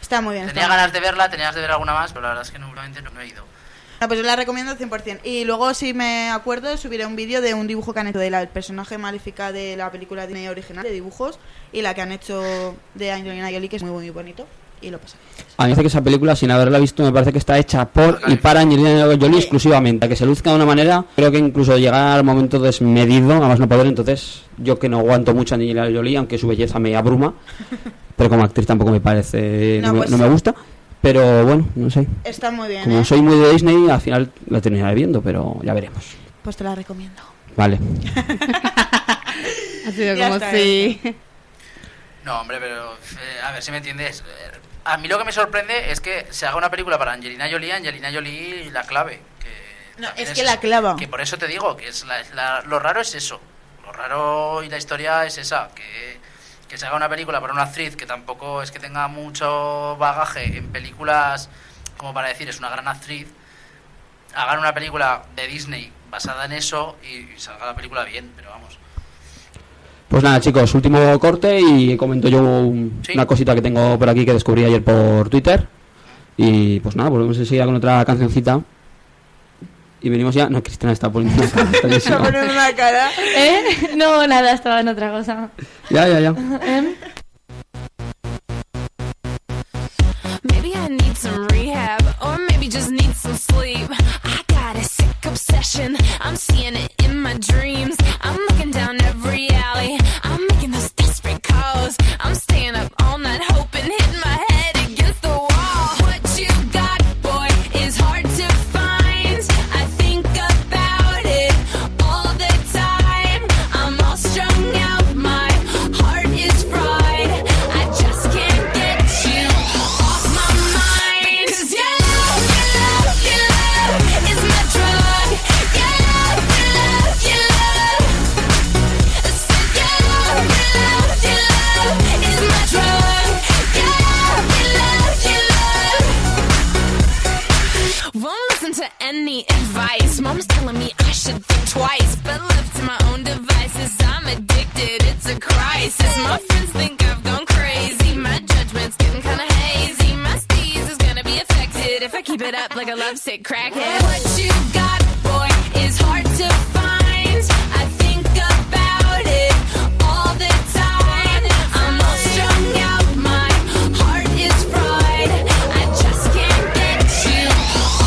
Está muy bien. Tenía está muy ganas de verla, tenías de ver alguna más, pero la verdad es que no, últimamente no, no he ido. bien. No, pues yo la recomiendo 100%. Y luego, si me acuerdo, subiré un vídeo de un dibujo que han hecho del personaje maléfica de la película Disney original, de dibujos, y la que han hecho de Angelina Jolie, que es muy, muy bonito. Y lo pasaré. A mí me parece que esa película, sin haberla visto, me parece que está hecha por y para Angelina Jolie exclusivamente. A que se luzca de una manera, creo que incluso llegar al momento desmedido, además no poder. Entonces, yo que no aguanto mucho a Angelina Jolie, aunque su belleza me abruma, pero como actriz tampoco me parece, no, No, me- pues- no me gusta. Pero bueno, no sé. Está muy bien, Como ¿eh? soy muy de Disney, al final la terminaré viendo, pero ya veremos. Pues te la recomiendo. Vale. Ha sido Ya como está, si. No, hombre, pero eh, a ver si me entiendes. Eh, A mí lo que me sorprende es que se haga una película para Angelina Jolie, Angelina Jolie y la clave. Que No, también es que la clava. Que por eso te digo, que es la- es la- lo raro es eso. Lo raro y la historia es esa, que, que se haga una película para una actriz que tampoco es que tenga mucho bagaje en películas, como para decir, es una gran actriz, hagan una película de Disney basada en eso y salga la película bien, pero vamos. Pues nada, chicos, último corte y comento yo un- Sí. una cosita que tengo por aquí que descubrí ayer por Twitter. Y pues nada, volvemos enseguida con otra cancioncita. Y venimos ya. No, Cristina está poniendo una [laughs] cara, está Se va a clarísimo. poner una cara. ¿Eh? No, nada, estaba en otra cosa. Ya, ya, ya. Maybe I need some rehab, or maybe just need some sleep. I got a sick obsession, I'm seeing it in my dreams. I'm looking down every alley, I'm making those desperate calls. I'm staying up all night hoping, hitting my head against the wall. What you got, boy, is hard to find. I think about it all the time. I'm all strung out, my heart is fried. I just can't get you off my mind. 'Cause your love, your love, your love is my drug. Your love, your love, your love. I said your love, your love, your love is my drug. Your love, your love, your love. Won't listen to any advice. Mom's telling me I should think twice, but left to my own devices, I'm addicted. It's a crisis. My friends think I've gone crazy. My judgment's getting kinda hazy. My steez is gonna be affected if I keep it up like a lovesick crackhead. What you got, boy, is hard to find. I think about it all the time. I'm all strung out. My heart is fried. I just can't get you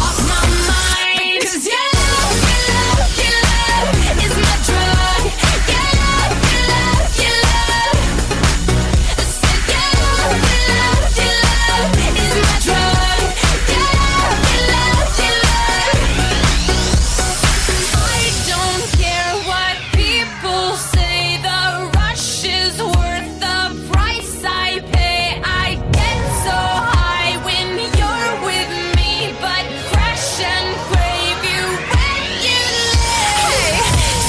off my mind. 'Cause your love, your love, your love is my drug. Your love, your love, your love. I said your love, your love, your love is my drug. Your love, your love, your love. I don't care what people say. The rush is worth the price I pay. I get so high when you're with me, but crash and crave you when you leave.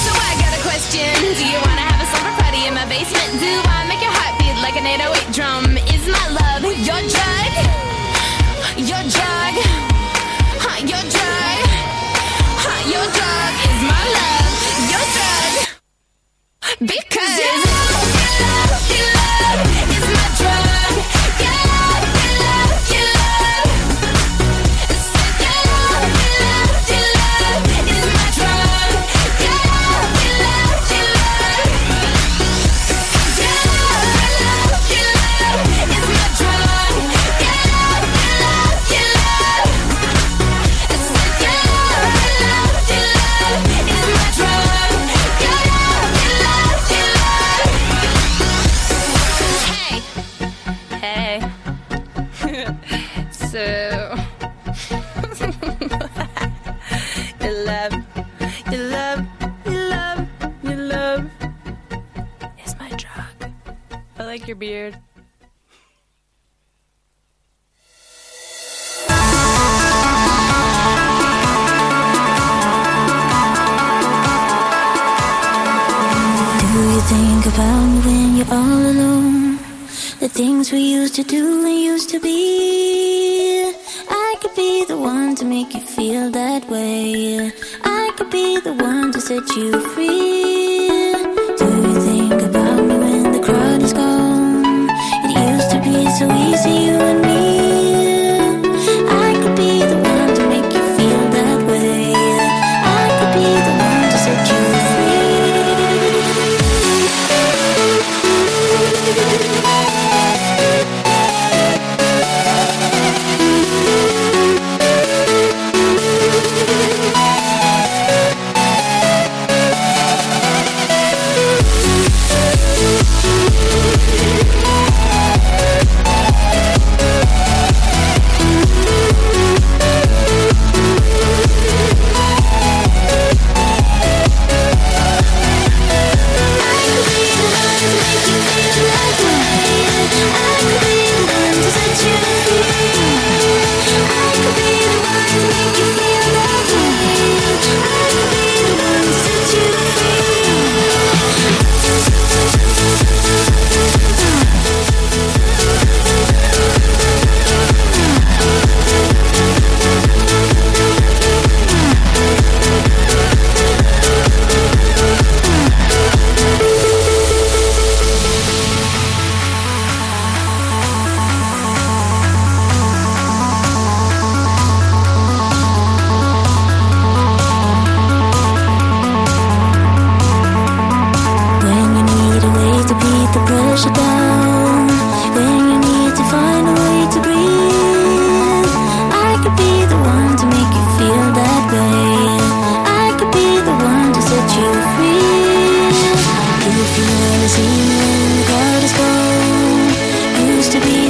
So I got a question. Do you wanna have a slumber party in my basement? Do I make your heart beat like an 808 drum? Is my love your drug? Your drug? Huh, your drug? Huh, Your drug is my love. Your drug. Because your love, your love, your love is my drug. Your love, your love, your love. It's like your love, your love, your love is my drug. Your love, your love, your love. Your love, your love, your love is my drug. Your love, your love, your love. It's like your love, your love, your love is my drug. Your love, your love, your love. Hey, hey. [laughs] so, [laughs] you love, you love, you love, you love is my drug. I like your beard. Do you think about when you're all alone? The things we used to do and used to be. I could be the one to make you feel that way. I could be the one to set you free. Do you think about me when the crowd is gone? It used to be so easy, you and me. I could be the one to make you feel that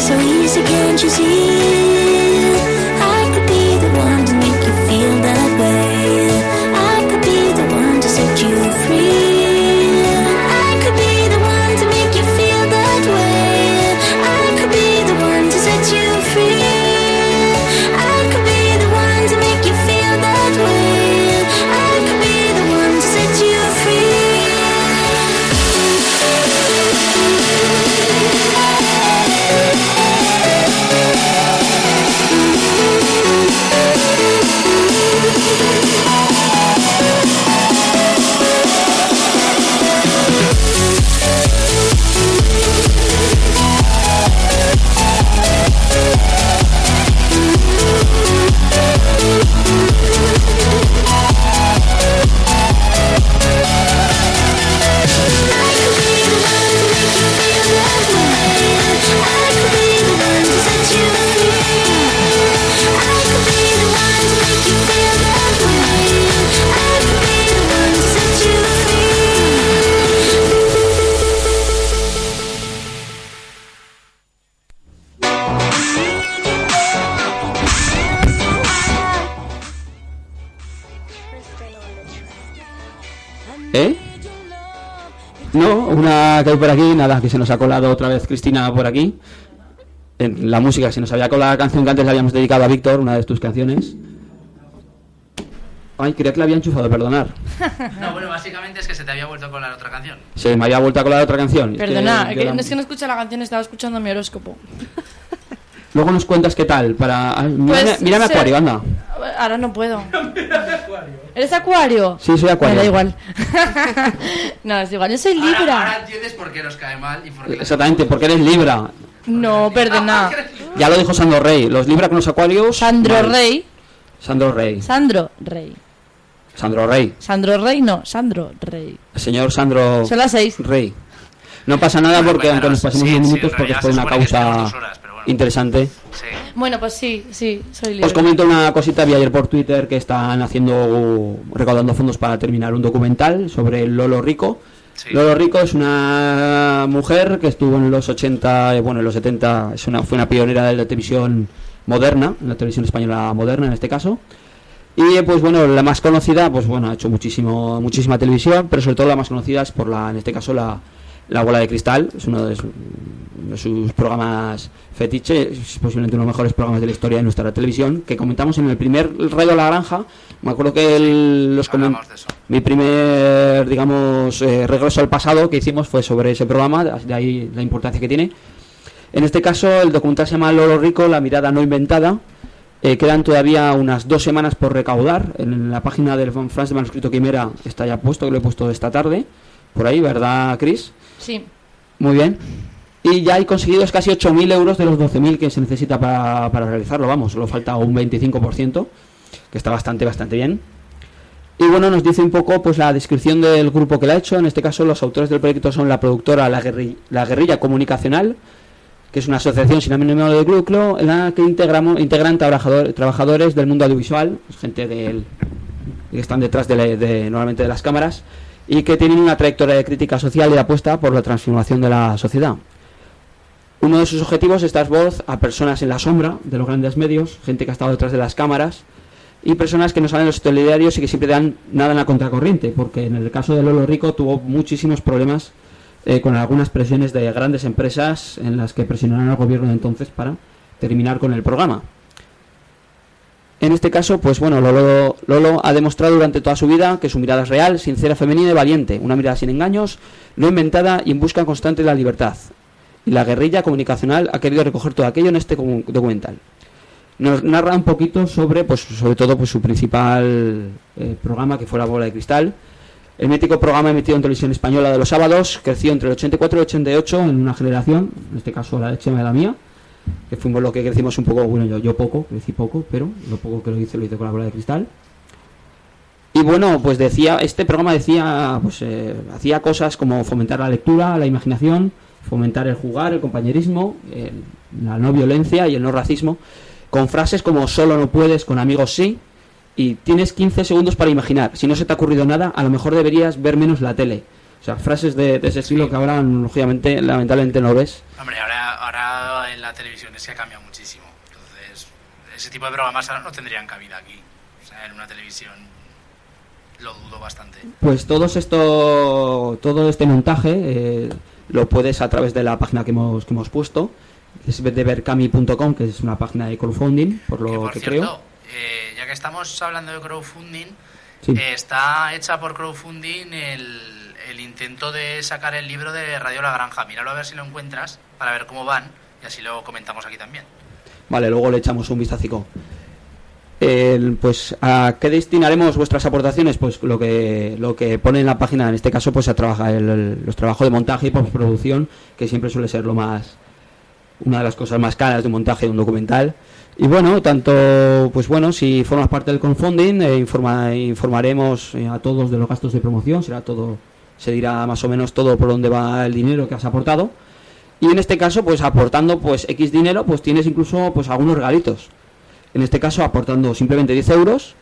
so easy, can't you see? I could be the one to make you feel that way. I could be the one to set you free. I could be the one to make you feel that way. I could be the one to set you free. I could be the one to make you feel that way. I could be the one to set you free. ¿Eh? No, una que hay por aquí, nada, que se nos ha colado otra vez Cristina por aquí. En la música, se nos había colado la canción que antes le habíamos dedicado a Víctor, una de tus canciones. Ay, creía que la había enchufado, perdonar. No, bueno, básicamente es que se te había vuelto con la otra canción. Se me había vuelto a colar otra canción. Es que Perdona, yo que- la- es que no escucha la canción, estaba escuchando mi horóscopo. Luego nos cuentas qué tal, para... ah, Mírame, Pues, mírame se- Acuario, anda. Ahora no puedo. ¿Eres acuario? Sí, soy Acuario. Me da igual. [laughs] no, es igual, yo soy Ahora- Libra. Ahora, entiendes por qué nos cae mal y por qué... les- Exactamente, porque eres Libra. No, [laughs] perdona. Ya lo dijo Sandro Rey, los Libra con los Acuarios... Sandro mal. Rey. Sandro Rey. Sandro Rey. Sandro Rey. Sandro Rey, no, Sandro Rey. El señor Sandro Son las seis. Rey. No pasa nada Bueno, porque aunque nos cuéntanos. pasemos Sí, unos sí, minutos en porque realidad es por se una supone que tenemos causa dos horas, pero bueno. interesante. Sí. Bueno, pues sí, sí, soy Libra. Os Pues comento una cosita, vi ayer por Twitter que están haciendo, recaudando fondos para terminar un documental sobre Lolo Rico. Sí. Lolo Rico es una mujer que estuvo en los 80, eh, bueno, en los 70, es una, fue una pionera de la televisión moderna, en la televisión española moderna en este caso. Y eh, pues bueno, la más conocida, pues bueno, ha hecho muchísimo, muchísima televisión, pero sobre todo la más conocida es por la, en este caso, la, la bola de cristal, es uno de, su- uno de sus programas fetiche, es posiblemente uno de los mejores programas de la historia de nuestra televisión, que comentamos en el primer Radio La Granja, me acuerdo que el- los comen- Hablamos de eso. mi primer, digamos, eh, regreso al pasado que hicimos fue sobre ese programa, de ahí la importancia que tiene. En este caso, el documental se llama Lolo Rico, la mirada no inventada. Eh, quedan todavía unas dos semanas por recaudar. En la página del Fan France de Manuscrito Quimera está ya puesto, que lo he puesto esta tarde. Por ahí, ¿verdad, Chris? Sí. Muy bien. Y ya hay conseguidos casi 8.000 euros de los 12.000 que se necesita para, para realizarlo. Vamos, solo falta un 25%, que está bastante, bastante bien. Y bueno, nos dice un poco pues la descripción del grupo que la ha hecho. En este caso, los autores del proyecto son la productora La, Guerri- La Guerrilla Comunicacional, que es una asociación sin ánimo de lucro en la que integramos, integran trabajador- trabajadores del mundo audiovisual, pues, gente del, que están detrás de, la- de- normalmente de las cámaras y que tienen una trayectoria de crítica social y de apuesta por la transformación de la sociedad. Uno de sus objetivos es dar voz a personas en la sombra de los grandes medios, gente que ha estado detrás de las cámaras y personas que no salen en los telediarios y que siempre dan nada en la contracorriente, porque en el caso de Lolo Rico tuvo muchísimos problemas eh, con algunas presiones de grandes empresas en las que presionaron al gobierno de entonces para terminar con el programa. En este caso, pues bueno, Lolo, Lolo ha demostrado durante toda su vida que su mirada es real, sincera, femenina y valiente. Una mirada sin engaños, no inventada y en busca constante de la libertad. Y la guerrilla comunicacional ha querido recoger todo aquello en este comu- documental. Nos narra un poquito sobre, pues sobre todo, pues su principal eh, programa, que fue La Bola de Cristal. El mítico programa emitido en televisión española de los sábados creció entre el 84 y el 88 en una generación, en este caso la de Chema y la mía, que fuimos los que crecimos un poco, bueno, yo, yo poco, crecí poco, pero lo poco que lo hice lo hice con la bola de cristal. Y bueno, pues decía, este programa decía, pues eh, hacía cosas como fomentar la lectura, la imaginación, fomentar el jugar, el compañerismo, el- la no violencia y el no racismo, con frases como solo no puedes, con amigos sí, y tienes 15 segundos para imaginar. Si no se te ha ocurrido nada, a lo mejor deberías ver menos la tele. O sea, frases de, de ese estilo que ahora, lógicamente, lamentablemente no ves. Hombre, ahora, ahora en la televisión es que ha cambiado muchísimo. Entonces, ese tipo de programas ahora no tendrían cabida aquí. O sea, en una televisión lo dudo bastante. Pues todos esto, todo este montaje eh, lo puedes a través de la página que hemos, que hemos puesto, es de verkami.com, que es una página de crowdfunding, por lo que, por cierto, creo. eh, ya que estamos hablando de crowdfunding, Sí. eh, está hecha por crowdfunding el, el intento de sacar el libro de Radio La Granja. Míralo a ver si lo encuentras para ver cómo van y así lo comentamos aquí también. Vale, luego le echamos un vistacico. El, pues a qué destinaremos vuestras aportaciones pues lo que lo que pone en la página en este caso pues a trabajar el- el- los trabajos de montaje y postproducción que siempre suele ser lo más una de las cosas más caras de un montaje de un documental y bueno tanto pues bueno si formas parte del crowdfunding eh, informa- informaremos eh, a todos de los gastos de promoción será todo se dirá más o menos todo por dónde va el dinero que has aportado y en este caso, pues aportando pues X dinero, pues tienes incluso pues algunos regalitos. En este caso, aportando simplemente 10 euros,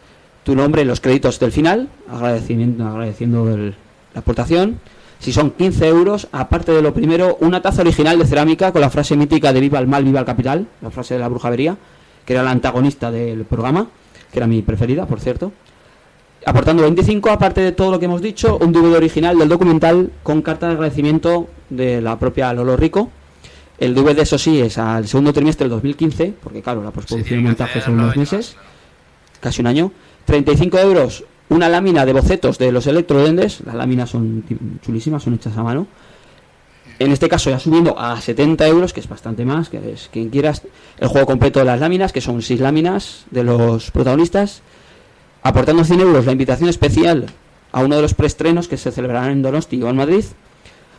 tu nombre en los créditos del final, agradecimiento, agradeciendo el- la aportación. Si son 15 euros, aparte de lo primero, una taza original de cerámica con la frase mítica de Viva el mal, viva el capital, la frase de la brujavería, que era la antagonista del programa, que era mi preferida, por cierto aportando 25, aparte de todo lo que hemos dicho, un DVD original del documental con carta de agradecimiento de la propia Lolo Rico. El DVD, eso sí, es al segundo trimestre del 2015, porque claro, la Si postproducción y tienen que montaje son hacerlo unos y demás, meses, claro. casi un año. 35 euros, una lámina de bocetos de los electrodendes, las láminas son chulísimas, son hechas a mano. En este caso ya subiendo a 70 euros, que es bastante más, que es quien quieras, el juego completo de las láminas, que son 6 láminas de los protagonistas, aportando 100 euros la invitación especial a uno de los preestrenos que se celebrarán en Donosti o en Madrid.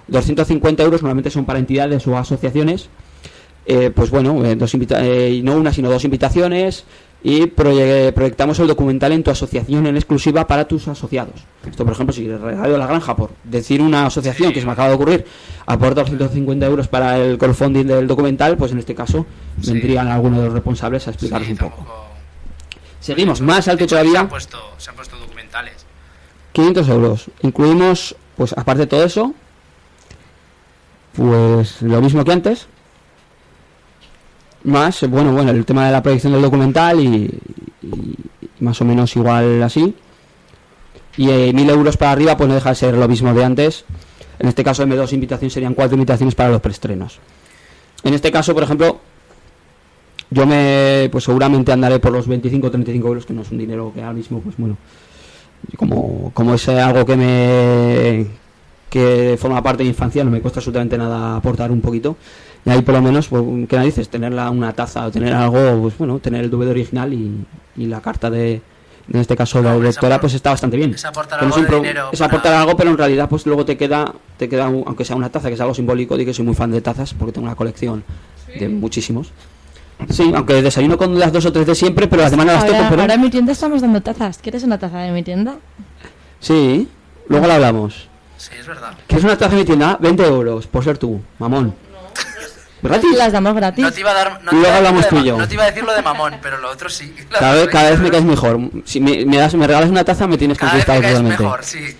250 euros normalmente son para entidades o asociaciones. Eh, pues bueno, eh, dos invita- eh, y no una, sino dos invitaciones. Y proye- proyectamos el documental en tu asociación en exclusiva para tus asociados. Esto, por ejemplo, si Radio La Granja, por decir una asociación que se me acaba de ocurrir, aporta 250 euros para el crowdfunding del documental, pues en este caso Sí. vendrían algunos de los responsables a Sí, explicarnos un poco. tampoco- pues- Seguimos más alto De hecho, Se todavía. han puesto, se han puesto documentales. 500 euros. Incluimos, pues aparte de todo eso, pues lo mismo que antes. Más, eh, bueno, bueno, el tema de la proyección del documental y, y- y más o menos igual así. Y eh, 1000 euros para arriba, pues no deja de ser lo mismo de antes. En este caso, en vez de dos invitaciones, serían cuatro invitaciones para los preestrenos. En este caso, por ejemplo, yo me, pues seguramente andaré por los 25 o 35 euros, que no es un dinero que ahora mismo, pues bueno, como, como es eh, algo que me que forma parte de mi infancia, no me cuesta absolutamente nada aportar un poquito. Y ahí por lo menos, pues, ¿qué narices? Tenerla una taza o tener algo, pues bueno, tener el DVD original y, y la carta de, en este caso, la Hombre, es directora, apor- pues está bastante bien. es aportar Que no algo de pro- dinero es para- aportar algo, pero en realidad pues luego te queda, te queda un- aunque sea una taza, que es algo simbólico, digo que soy muy fan de tazas porque tengo una colección de muchísimos. Sí, aunque desayuno con las dos o tres de siempre, pero las demás no Pues, las toco, Ahora, pero... ahora en mi tienda estamos dando tazas. ¿Quieres una taza de mi tienda? Sí, luego la hablamos. Sí, es verdad. ¿Quieres una taza de mi tienda? 20 euros, por ser tú, mamón. ¿Gratis? Las damos gratis. No te iba a dar. No te Luego iba a decir hablamos lo de tú y ma- yo. No te iba a decir lo de mamón, pero lo otro sí. [laughs] Cada vez, cada vez me caes mejor. Si me, me das, me regalas una taza, me tienes Cada vez me conquistado caes totalmente. mejor, sí.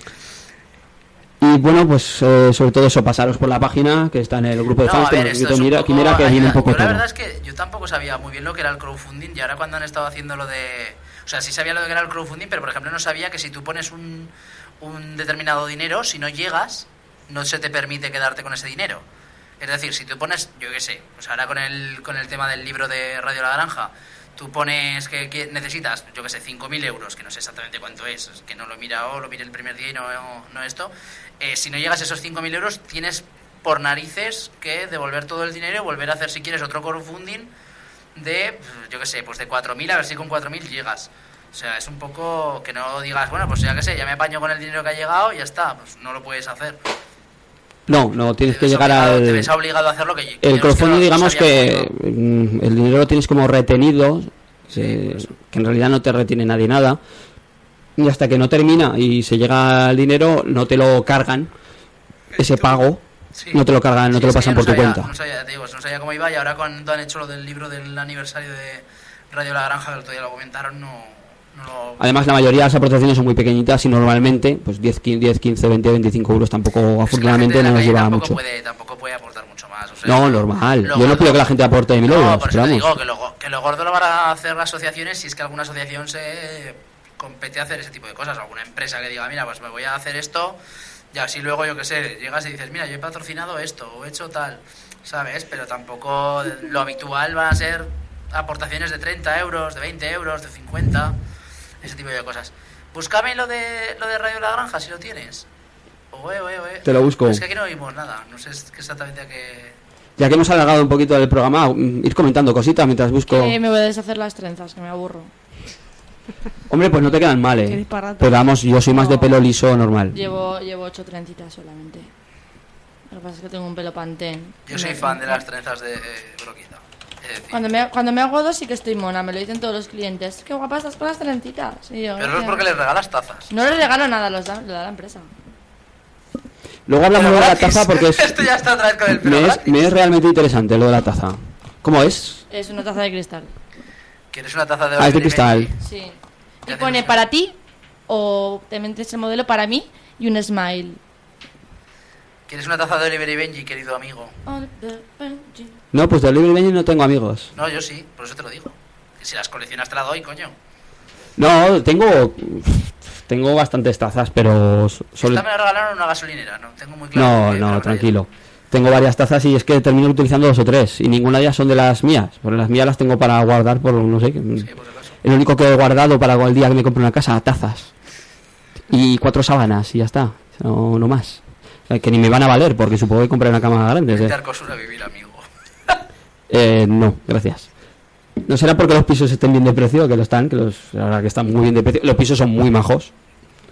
Y bueno, pues eh, sobre todo eso, pasaros por la página que está en el grupo de No, fans, Pues, a que ver, nos esto escrito es un Mira- poco- Quimera, que hay- viene un poco yo la todo. verdad es que yo tampoco sabía muy bien lo que era el crowdfunding y ahora cuando han estado haciendo lo de... O sea, sí sabía lo que era el crowdfunding, pero por ejemplo no sabía que si tú pones un, un determinado dinero, si no llegas, no se te permite quedarte con ese dinero. Es decir, si tú pones, yo qué sé, pues ahora con el, con el tema del libro de Radio La Granja, tú pones que, que necesitas, yo qué sé, 5.000 euros, que no sé exactamente cuánto es, es que no lo he mirado, lo miré el primer día y no, no esto. Eh, si no llegas a esos 5.000 euros, tienes por narices que devolver todo el dinero y volver a hacer, si quieres, otro crowdfunding de, yo qué sé, pues de 4.000, a ver si con 4.000 llegas. O sea, es un poco que no digas, bueno, pues ya que sé, ya me apaño con el dinero que ha llegado y ya está, pues no lo puedes hacer. No, no, tienes Te que ves llegar obligado- Te al... ves obligado a hacer lo que yo yo es que El crowdfunding, no- no digamos sabía que cómo mm, el dinero lo tienes como retenido, eh, que en realidad no te retiene nadie nada, y hasta que no termina y se llega el dinero, no te lo cargan, ese pago, Sí. no te lo cargan, Ah, no Sí, te lo es que pasan yo por tu no sabía- cuenta. No sabía, te digo, no sabía cómo iba y ahora cuando han hecho lo del libro del aniversario de Radio La Granja, que el otro día lo comentaron, no, no lo... Además, la mayoría de las aportaciones son muy pequeñitas y normalmente, pues 10, 15, 20, 25 euros tampoco, Es que la gente afortunadamente, de la no nos calle lleva tampoco mucho. Puede, tampoco puede aportar mucho más. O sé. No, normal. Yo Lo no gordo- pido que la gente aporte de mi No, logro, por eso te digo que lo, go- que lo gordo lo van a hacer las asociaciones si es que alguna asociación se compete a hacer ese tipo de cosas. Alguna empresa que diga, mira, pues me voy a hacer esto y así luego, yo qué sé, llegas y dices, mira, yo he patrocinado esto o he hecho tal, ¿sabes? Pero tampoco lo habitual va a ser aportaciones de 30 euros, de 20 euros, de 50, ese tipo de cosas. Búscame lo de, lo de Radio La Granja si lo tienes. Oe, oe, oe. Te lo busco. Es que aquí no oímos nada, no sé exactamente a qué... Ya que hemos alargado un poquito del programa, mm, ir comentando cositas mientras busco. Que me voy a deshacer las trenzas, que me aburro. Hombre, pues no te quedan mal, Qué eh. disparate. Pero vamos, yo soy más de No. pelo liso normal. Llevo, llevo ocho trencitas solamente. Lo que pasa es que tengo un pelo pantén. Yo soy No, fan de no. las trenzas de eh, broquita. Es decir, Cuando me, cuando me hago dos sí que estoy mona, me lo dicen todos los clientes. Qué guapa estás con las trencitas. Y yo, pero no es "Gracias". porque les regalas tazas. No les regalo nada, los da, lo da la empresa. Luego hablamos Pero de la gratis. taza [laughs] porque es, Esto ya está otra vez con el pelo me, es, gratis. me es realmente interesante lo de la taza. ¿Cómo es? Es una taza de cristal. ¿Quieres una taza de Ah, es de Oliver cristal. Benji? Sí. Y Ya pone tenemos. para ti o te metes el modelo para mí y un smile. ¿Quieres una taza de Oliver y Benji, querido amigo? No, pues de Oliver Benji no tengo amigos. No, yo sí, por eso te lo digo. Que si las coleccionas te la doy, coño. No, tengo. Tengo bastantes tazas, pero. so- solo- Esta me la regalaron en una gasolinera, no tengo muy claro. No, por qué, pero no, me la tranquilo. Tengo varias tazas y es que termino utilizando dos o tres. Y ninguna de ellas son de las mías. Pero las mías las tengo para guardar por no sé. llevo. Sí, por si acaso. El único que he guardado para el día que me compre una casa, tazas. Y cuatro sábanas y ya está. No, no más. O sea, que ni me van a valer porque supongo que compré una cama grande. o sea. Vete a Arcosur a vivir, amigo. Eh, no, gracias. No será porque los pisos estén bien de precio, que lo están, que los, la verdad que están muy bien de precio. Los pisos son muy majos.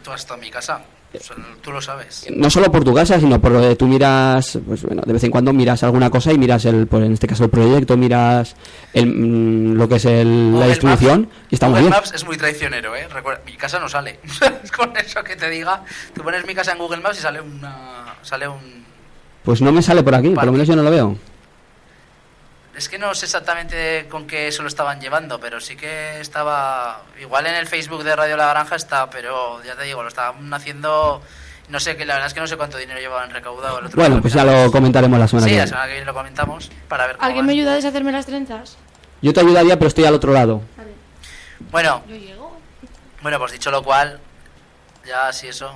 Tú has estado en mi casa, son- tú lo sabes. No solo por tu casa, sino por lo de tú miras, pues bueno, de vez en cuando miras alguna cosa y miras, el, pues en este caso el proyecto, miras el, mm, lo que es el- la Google distribución Maps- y está muy Google bien. Maps es muy traicionero, ¿eh? Recuerda, mi casa no sale. [laughs] Es Con eso que te diga, tú pones mi casa en Google Maps y sale una sale un Pues no me sale por aquí, por lo menos yo no lo veo. es que no sé exactamente con qué eso lo estaban llevando, pero sí que estaba igual en el Facebook de Radio La Granja está, pero ya te digo, lo estaban haciendo no sé que la verdad es que no sé cuánto dinero llevaban recaudado el otro Bueno, día, pues ya pero- lo comentaremos la semana Sí, que la viene. semana que viene lo comentamos para ver cómo ¿Alguien me van. ayuda a deshacerme las trenzas? Yo te ayudaría, pero estoy al otro lado. Bueno, Yo llego. bueno, pues dicho lo cual, ya sí eso.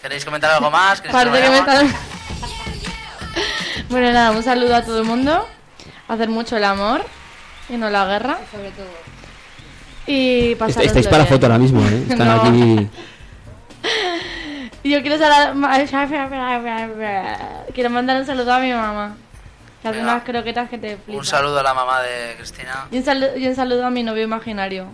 ¿Queréis comentar algo más? ¿Queréis Parece que me vayamos? están... [laughs] bueno, nada, un saludo a todo el mundo. Hacer mucho el amor y no la guerra. Sobre todo. Y pasar. Est- Este, Estáis para foto ahora mismo, ¿eh? Están [laughs] No. aquí. Yo quiero, sala- ma- [laughs] quiero mandar un saludo a mi mamá. Que hace Venga. unas croquetas que te flipan. Un saludo a la mamá de Cristina. Y un, saludo, y un saludo a mi novio imaginario.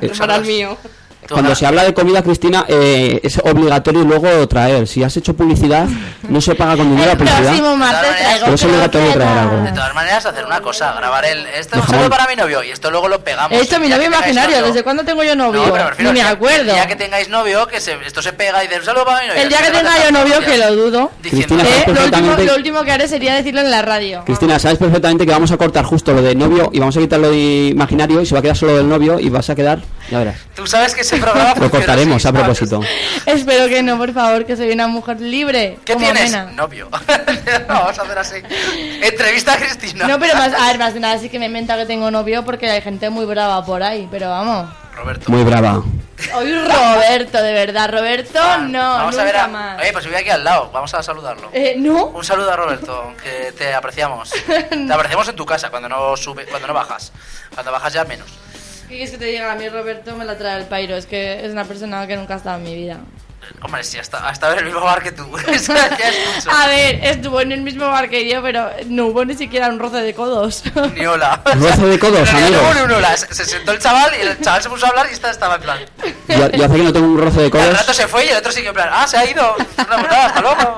Eh, Para el mío. Tú, Cuando Ana, se habla de comida, Cristina, eh, es obligatorio luego traer. Si has hecho publicidad, no se paga con dinero la El publicidad. próximo martes traigo Pero es obligatorio traer algo. De croquetas. todas maneras, hacer una cosa, grabar el... Esto es un Dejamos- saludo para mi novio y esto luego lo pegamos. He hecho mi Ya novio que tengáis imaginario. novio- ¿Desde cuándo tengo yo novio? No, pero me refiero Ni me que- acuerdo. El día que tengáis novio, que se- esto se pega y de un saludo para mi novio. El día que tenga yo novio, que lo dudo. Diciendo, Cristina, sabes Eh, lo, último, Ah, perfectamente- lo último que haré sería decirlo en la radio. Cristina, sabes perfectamente que vamos a cortar justo lo de novio y vamos a quitar lo de imaginario y se va a quedar solo del novio y vas a quedar. Ya verás. [laughs] tú sabes que ese Lo programa... funciona cortaremos así, a ¿sabes? propósito. Espero que no, por favor, que soy una mujer libre. ¿Qué como tienes? Mena. Novio. [laughs] Vamos a hacer así. Entrevista a Cristina. No, pero más, a ver, más de nada sí que me inventa que tengo novio porque hay gente muy brava por ahí, pero vamos. Roberto. Muy brava. Hoy Roberto, de verdad, Roberto, no, Vamos nunca a ver a... más. Oye, pues vive aquí al lado. Vamos a saludarlo. Eh, no, Un saludo a Roberto, que te [laughs] apreciamos. Te apreciamos en tu casa cuando no sube, cuando no bajas. Cuando bajas ya menos. ¿qué quieres que te diga? A mí Roberto me la trae el pairo, es que es una persona que nunca ha estado en mi vida. Hombre, sí, hasta, hasta ver el mismo bar que tú. [laughs] Eso ya es mucho. A ver, estuvo en el mismo bar que yo, pero no hubo ni siquiera un roce de codos. Ni hola. Roce de [laughs] codos, Pero ni amigos. hubo ni un hola. Se, se sentó el chaval y el chaval se puso a hablar y esta estaba en plan. Yo, yo hace que no tengo un roce de Y Al codos. rato se fue y el otro siguió en plan. Ah, se ha ido. Es Una putada, hasta luego.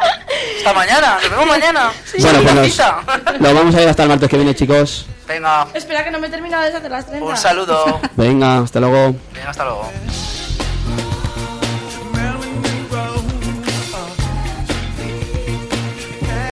Hasta mañana. Nos vemos mañana. Bueno, pues Una nos, cita. nos vamos a ir hasta el martes que viene, chicos. Venga, Espera que no me he terminado de hacer las trenzas. un saludo. Venga, hasta luego. Venga, hasta luego.